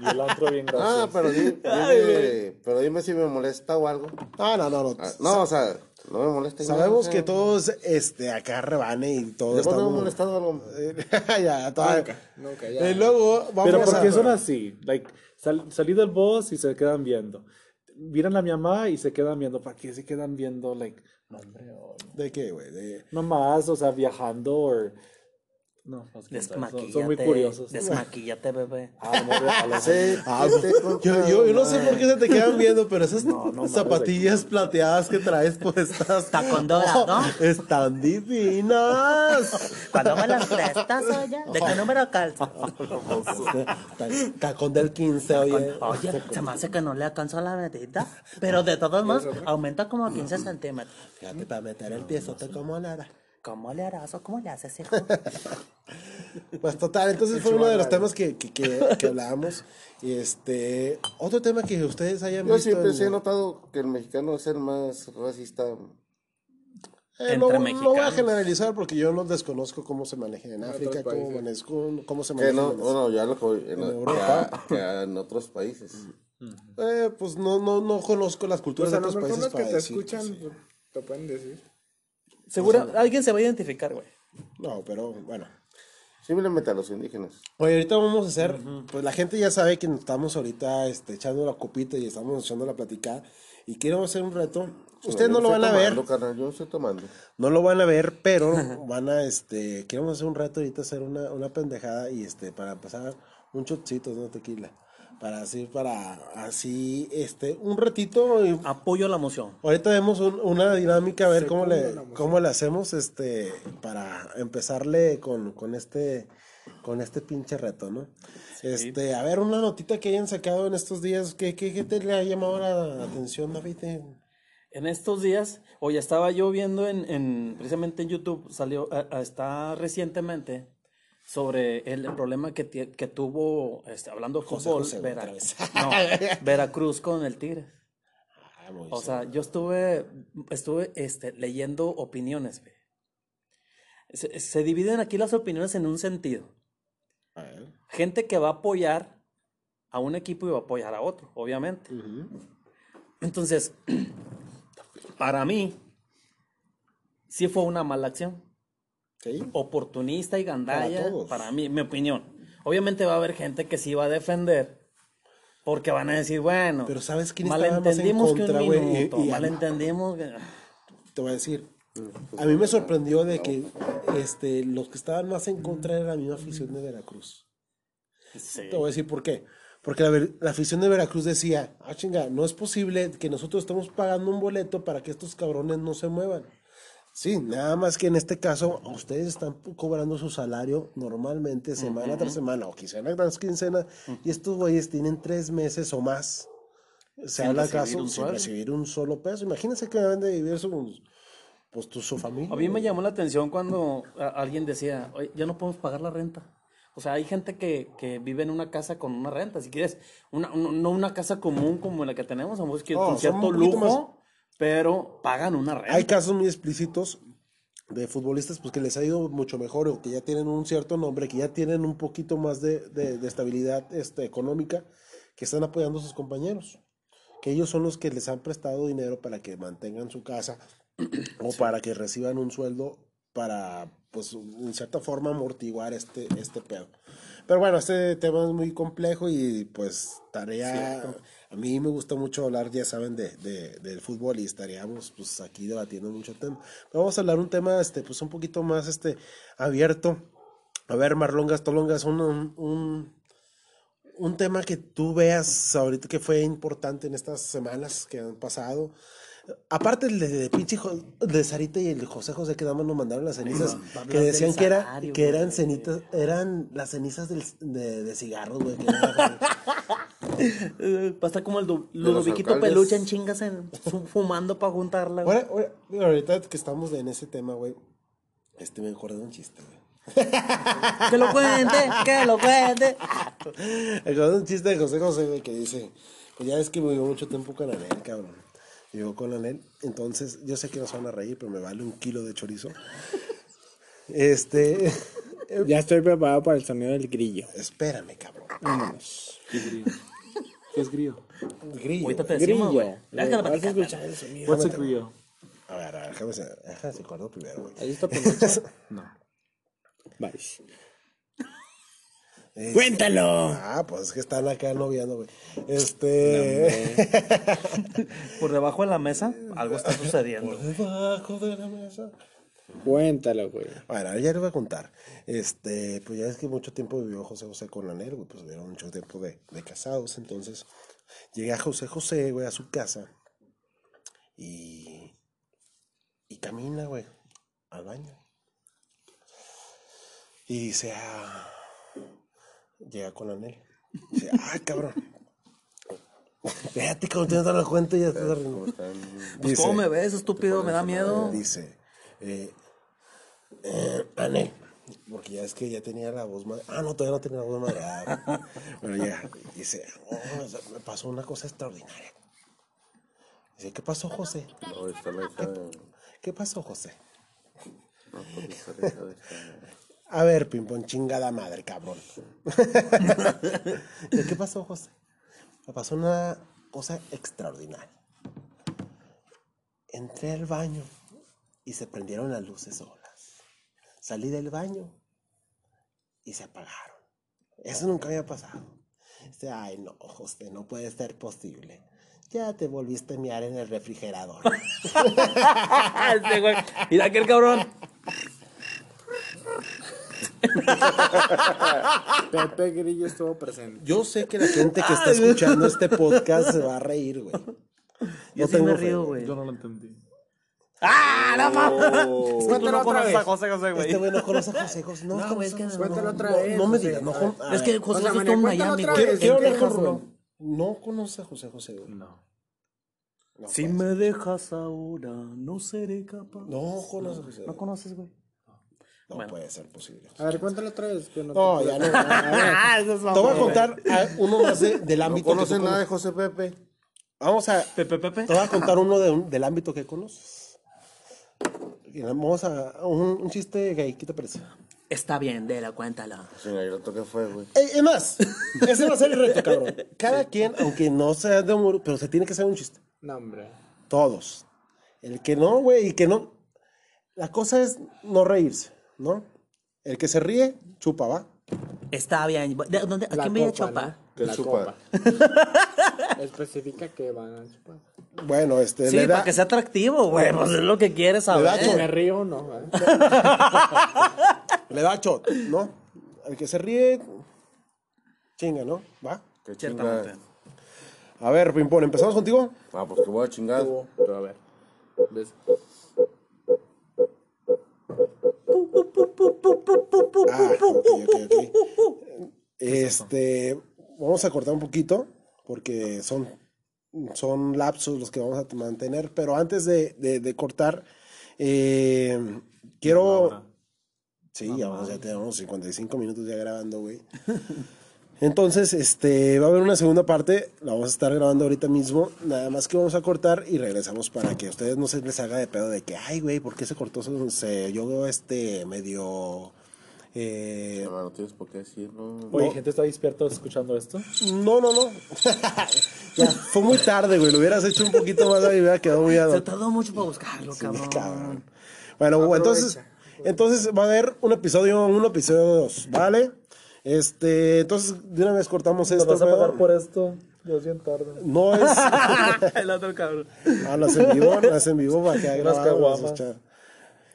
Y el antro bien gracioso. Ah, pero, di- dime, pero dime si me molesta o algo. Ah, [laughs] no, no, no. Ah, no, o sea, no me molesta. Sabemos que todo todos este, acá rebane y todo ¿Te no me ha estamos. Eh, molestado algo? [laughs] ya, todavía. Nunca, ya. Y luego vamos Pero a- porque son así, like, sal- salí del boss y se quedan viendo. Miran a mi mamá y se quedan viendo. ¿Para qué se quedan viendo? Like, no, hombre, o- ¿De qué, güey? De- nomás, o sea, viajando o... No, no sé qué tal. son, Desmaquillate. son muy curiosos. Desmaquillate, bebé. Ah, no, hombre, a [laughs] los- Sí, Ah, este, Yo, yo, yo no sé por qué se te quedan viendo, pero esas no, zapatillas plateadas que traes puestas. Tacón dorado. [laughs] Están divinas. [laughs] Cuando me las prestas, oye? ¿De qué número calza? Ta- Tacón del 15, oye. Oye, se me hace que no le alcanzó la medida. Pero de todos modos, aumenta como 15 centímetros. Fíjate, para meter el piezote como nada. ¿Cómo le harás o cómo le haces, hijo? Pues total, entonces fue uno de los temas que, que, que- que hablábamos. Y este, otro tema que ustedes hayan Yo visto. siempre en- sí he notado que el mexicano es el más racista. Eh, Entre no, no voy a mexicanos. generalizar porque yo no desconozco cómo se maneja en África, cómo, países. manejo- cómo se maneja Que no, en- bueno, ya lo que- en, Europa. que- que en otros países. Eh, pues no, no, no conozco las Pues culturas a de lo otros mejor los países que para te decir, escuchan pues, sí. pues, te pueden decir. Segura, Pues, alguien se va a identificar, güey. No, pero bueno. Simplemente a los indígenas. Oye, ahorita vamos a hacer, pues la gente ya sabe que nos estamos ahorita este, echando la copita y estamos echando la platicada y queremos hacer un reto. Ustedes no Yo lo estoy van a ver, tomando, carnal, yo estoy tomando. no lo van a ver, pero [laughs] van a, este, queremos hacer un reto ahorita, hacer una, una pendejada y este, para pasar un chocito, no tequila, para así, para así, este, un ratito y Apoyo la moción. Ahorita vemos un- una dinámica, a ver cómo le, Segunda la moción. cómo le hacemos este para empezarle con, con este con este pinche reto, ¿no? Este, a ver, una notita que hayan sacado en estos días, ¿qué, qué, qué te le ha llamado la atención, David? Eh, En estos días, oye, estaba yo viendo en, en- precisamente en YouTube, salió, a- a- está recientemente, sobre el problema que, tie- que tuvo, este, hablando de José, fútbol, José, güey, Vera- otra vez. [laughs] no, Veracruz con el Tigre. ah, O sea, yo estuve, estuve este, leyendo opiniones. güey. Se, se dividen aquí las opiniones en un sentido. Gente que va a apoyar a un equipo y va a apoyar a otro, obviamente. Entonces, [clears throat] para mí, sí fue una mala acción. ¿Sí? Oportunista y gandalla, Para para, todos. mí, mi opinión. Obviamente va a haber gente que sí va a defender, porque van a decir, bueno, Pero ¿sabes quién estaba más en malentendimos que contra, un güey? Y- minuto, y- malentendimos que... Te voy a decir, a mí me sorprendió de que este los que estaban más en contra era la misma afición de Veracruz. Sí. Te voy a decir por qué. Porque la, ver- la afición de Veracruz decía, ah, chinga, no es posible que nosotros estamos pagando un boleto para que estos cabrones no se muevan. Sí, nada más que en este caso ustedes están pu- cobrando su salario normalmente semana tras semana o quincena tras quincena y estos güeyes tienen tres meses o más. Se Sin habla recibir acaso un sin sueldo. recibir un solo peso. Imagínense que deben de vivir su, pues, tu- su familia. A mí me güey. llamó la atención cuando a- alguien decía, "Oye, ya no podemos pagar la renta. O sea, hay gente que, que vive en una casa con una renta. Si quieres, una, no no una casa común como la que tenemos, a lo mejor que No, con son cierto un poquito lujo, pero pagan una renta. Hay casos muy explícitos de futbolistas pues que les ha ido mucho mejor o que ya tienen un cierto nombre, que ya tienen un poquito más de, de- de estabilidad este, económica, que están apoyando a sus compañeros, que ellos son los que les han prestado dinero para que mantengan su casa, [clears throat] o para que reciban un sueldo para, pues, en cierta forma amortiguar este, este pedo. Pero bueno, este tema es muy complejo y pues tarea... A mí me gusta mucho hablar, ya saben, de, de- del fútbol y estaríamos pues aquí debatiendo mucho tema. Pero vamos a hablar un tema este, pues un poquito más este, abierto. A ver, Marlon Gastolongas, un, un, un, un tema que tú veas ahorita que fue importante en estas semanas que han pasado. Aparte de, de pinche Jo- de Sarita y el José José que nada más nos mandaron las cenizas, hablar que del decían que, era, salario, que eran güey. cenitas, eran las cenizas del- de, de cigarros, güey. que era- Eh, Va a estar como el du- los Ludoviquito alcaldes. Peluche en chingas en- fu- fumando para juntarla. güey. Ahora, ahora- mira, ahorita que estamos en ese tema, güey, este me acordé de un chiste, güey. Que lo cuente, que lo cuente. [laughs] Me acordé de un chiste de José José, güey, que dice, pues ya es que vivió mucho tiempo con Anel, cabrón. Vivió con Anel, entonces yo sé que nos van a reír, pero me vale un kilo de chorizo. Este, [laughs] Ya estoy preparado para el sonido del grillo. espérame, cabrón. ¿Qué es grillo? Grillo. Ahorita te güey. decimos, Grillo. güey. La que la Vas a platicamos. escuchar el sonido. What's a grillo? A ver, a ver, déjame, se- déjame se acuerdo primero, güey. Ahí está Peluche. Bye. [laughs] Eh, ¡Cuéntalo! Ah, pues es que están acá noviando, güey. Este. Por debajo de la mesa, algo está sucediendo. [laughs] Debajo de la mesa. Cuéntalo, güey. Bueno, ya les voy a contar. Este, pues ya es que mucho tiempo vivió José José con Anel, güey, pues vieron mucho tiempo de, de casados. Entonces, llega José José, güey, a su casa y, y camina, güey, al baño. Y dice, ah, llega con Anel. Dice, ah, cabrón. [laughs] Fíjate cómo te das la cuenta y ya estás ¿Cómo están? Pues, Dice- ¿Cómo me ves, estúpido? Me da miedo. [laughs] Dice, eh, eh, Anel, porque ya es que ya tenía la voz más. Ah, no, todavía no tenía la voz más. [laughs] bueno, ya, dice, oh, o sea, me pasó una cosa extraordinaria. Dice, ¿qué pasó, José? No, está la hija de... ¿Qué pasó, José? No, pues está la hija de [laughs] esta- A ver, pimpón, chingada madre, [laughs] cabrón. ¿De qué pasó, José? Me pasó una cosa extraordinaria. Entré al baño y se prendieron las luces solas. Salí del baño y se apagaron. Eso nunca había pasado. Dice, ay, no, José, no puede ser posible. Ya te volviste a miar en el refrigerador. Este güey. Mira aquel cabrón. Pepe Grillo estuvo presente. Yo sé que la gente que está escuchando este podcast se va a reír, güey. Ah, Yo No sí me tengo río, fe. güey. Yo no lo entendí. ¡Ah, la mamá! Cuéntalo otra vez. José José, Este güey no conoce a José José. No, No, güey, es que no. Cuéntalo no, otra no, vez. Ah, no me José. digas, no. A Con, ver. a Es ver, que José O sea, Manuel, José estuvo en cuéntalo Miami, otra güey. vez. quiero ¿en qué hablar con dejas, güey? Rubén. No conoce a José José, güey. No. No, Si conoce. me dejas ahora, no seré capaz. No conoce a José. ¿No conoces, güey? No Bueno. puede ser posible. A ver, cuéntalo otra vez. que no te No, puedo- ya no. [laughs] Ah, eso es Te voy a contar a uno más de- del No ámbito que conoce tú nada de conoces. José Pepe. Vamos a... Pepe, Pepe. Te voy a contar uno de un- del ámbito que conoces. Y vamos a... Un, un chiste gay, ¿qué te parece? Está bien, Dela, cuéntala. Señor, ¿el otro qué fue, güey? Ey, Eh, es más, ese va a ser el reto, cabrón. Cada quien, aunque no sea de humor, pero se tiene que hacer un chiste. No, hombre. Todos. El que no, güey, y que no. La cosa es no reírse, ¿no? El que se ríe, chupa, ¿va? Está bien. ¿De dónde- ¿A La quién voy a copa, chopar? ¿no? ¿Qué La chupa? copa. Especifica que van a chupar. Bueno, este, Sí, le da. para que sea atractivo, güey. Pues es lo que quieres le da saber. chon- ¿Me río o no? eh? le da shot, ¿no? El que se ríe, chinga, ¿no? ¿Va? ¿Qué Ciertamente. chingas? A ver, Pimpón, ¿empezamos contigo? Ah, pues que voy a chingar. Pero a ver. ¿Ves? Ah, ok, ok, ok. Este, vamos a cortar un poquito porque son, son lapsos los que vamos a mantener, pero antes de, de- de cortar, eh, quiero... Sí, ya, vamos, ya tenemos 55 minutos ya grabando, güey. [laughs] Entonces, este, va a haber una segunda parte, la vamos a estar grabando ahorita mismo, nada más que vamos a cortar y regresamos para que a ustedes no se les haga de pedo de que, ay, güey, ¿por qué se cortó? Se, se- yo veo este medio... eh, No, no tienes por qué decirlo. Oye, gente está despierta escuchando esto. no, no, no. [laughs] Ya, fue muy tarde, güey. Lo hubieras hecho un poquito más ahí, hubiera quedado muy Se adorado. tardó mucho para buscarlo, Sí, cabrón. cabrón. Bueno, güey, entonces, entonces va a haber un episodio uno, episodio dos, ¿vale? Este, entonces de una vez cortamos Nos esto. vas a pedo. pagar por esto. Ya es bien tarde. No [laughs] es. [laughs] El otro cabrón. Ah, no es en vivo, no es en vivo para que haya Unas grabado, caguamas. pues, cha-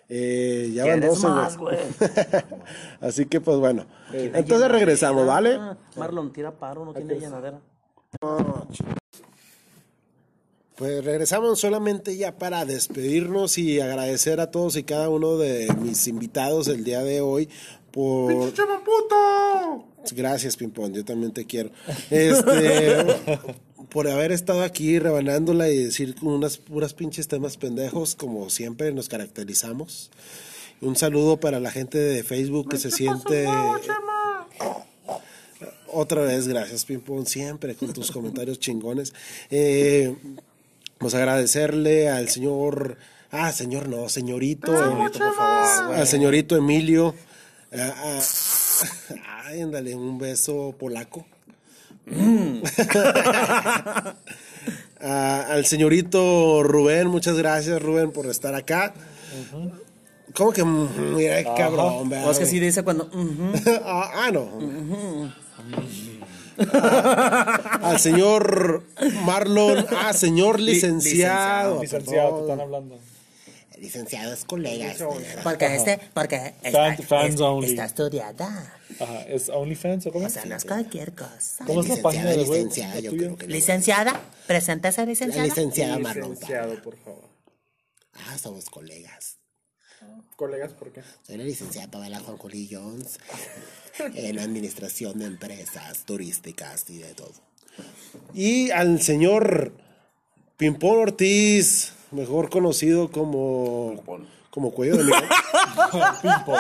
Eh, ya van ¿Quieres 12, más, güey. güey? [laughs] Así que pues bueno. Entonces regresamos, ¿vale? Ah, Marlon, tira paro, no tiene llenadera. Pues regresamos solamente ya para despedirnos y agradecer a todos y cada uno de mis invitados el día de hoy por. Gracias, Pimpón, yo también te quiero. Este, por haber estado aquí rebanándola y decir con unas puras pinches temas pendejos, como siempre nos caracterizamos. Un saludo para la gente de Facebook que se siente. Otra vez, gracias, Pimpón, siempre con tus comentarios chingones. Eh, pues agradecerle al señor. Ah, señor, no, señorito. por favor, al señorito Emilio. a- a- Ay, ándale, un beso polaco. Mm. [laughs] A- Ah, al señorito Rubén, muchas gracias, Rubén, por estar acá. ¿Cómo que? mm, Mira, qué cabrón, ¿verdad, O es que güey? sí dice cuando. ujú. ah, ah, no. Ah, al señor Marlon, ah, señor Licenciado, licenciado. te perdón. están hablando. Licenciados colegas. Porque este, porque Fan- está, fans es- only. está estudiada. Ajá, ¿es OnlyFans o cómo? O sea, no es cualquier cosa. ¿Cómo es la página de web? ¿La tuya? Licenciada, presenta esa licenciada. licenciada Marlon. Licenciado, por favor. Ah, somos colegas. Colegas, ¿por qué? Soy la licenciada Pamela Juan Juli Jones [laughs] en administración de empresas turísticas y de todo. Y al señor Pimpón Ortiz, mejor conocido como. Como cuello de león. Pimpón.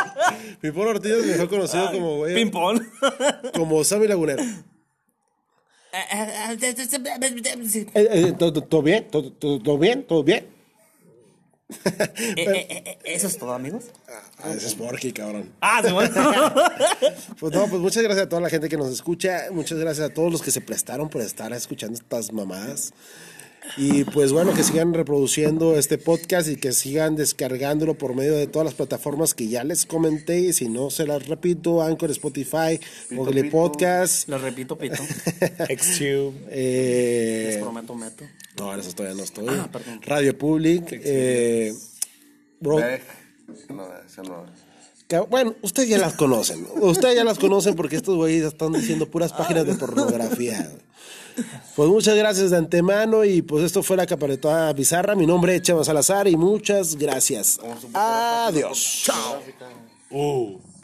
Pimpón Ortiz, mejor conocido como güey- Ping-pong. Como Sammy Lagunero. Ah, ah, ah, eh, Eh, eh, ¿todo, todo bien? ¿Todo, todo- todo bien? ¿Todo bien? eh, eh, eh, Eso es todo, amigos. Ah, ese es Borgi, cabrón. Ah, se Pues no, pues muchas gracias a toda la gente que nos escucha, muchas gracias a todos los que se prestaron por estar escuchando estas mamadas. Y pues bueno, que sigan reproduciendo este podcast y que sigan descargándolo por medio de todas las plataformas que ya les comenté. Y si no, se las repito, Anchor, Spotify, Google Podcast. Lo repito, [laughs] pito. XTube. eh, Les prometo, meto. no, en eso todavía no estoy. Radio Public. eh, Bro- Eh, No, eso no. Que, Bueno, ustedes ya las conocen. Ustedes ya las conocen porque estos güeyes están diciendo puras páginas de pornografía. Pues muchas gracias de antemano y pues esto fue la caparetada bizarra. Mi nombre es Chema Salazar y muchas gracias. Adiós. Chao. Oh.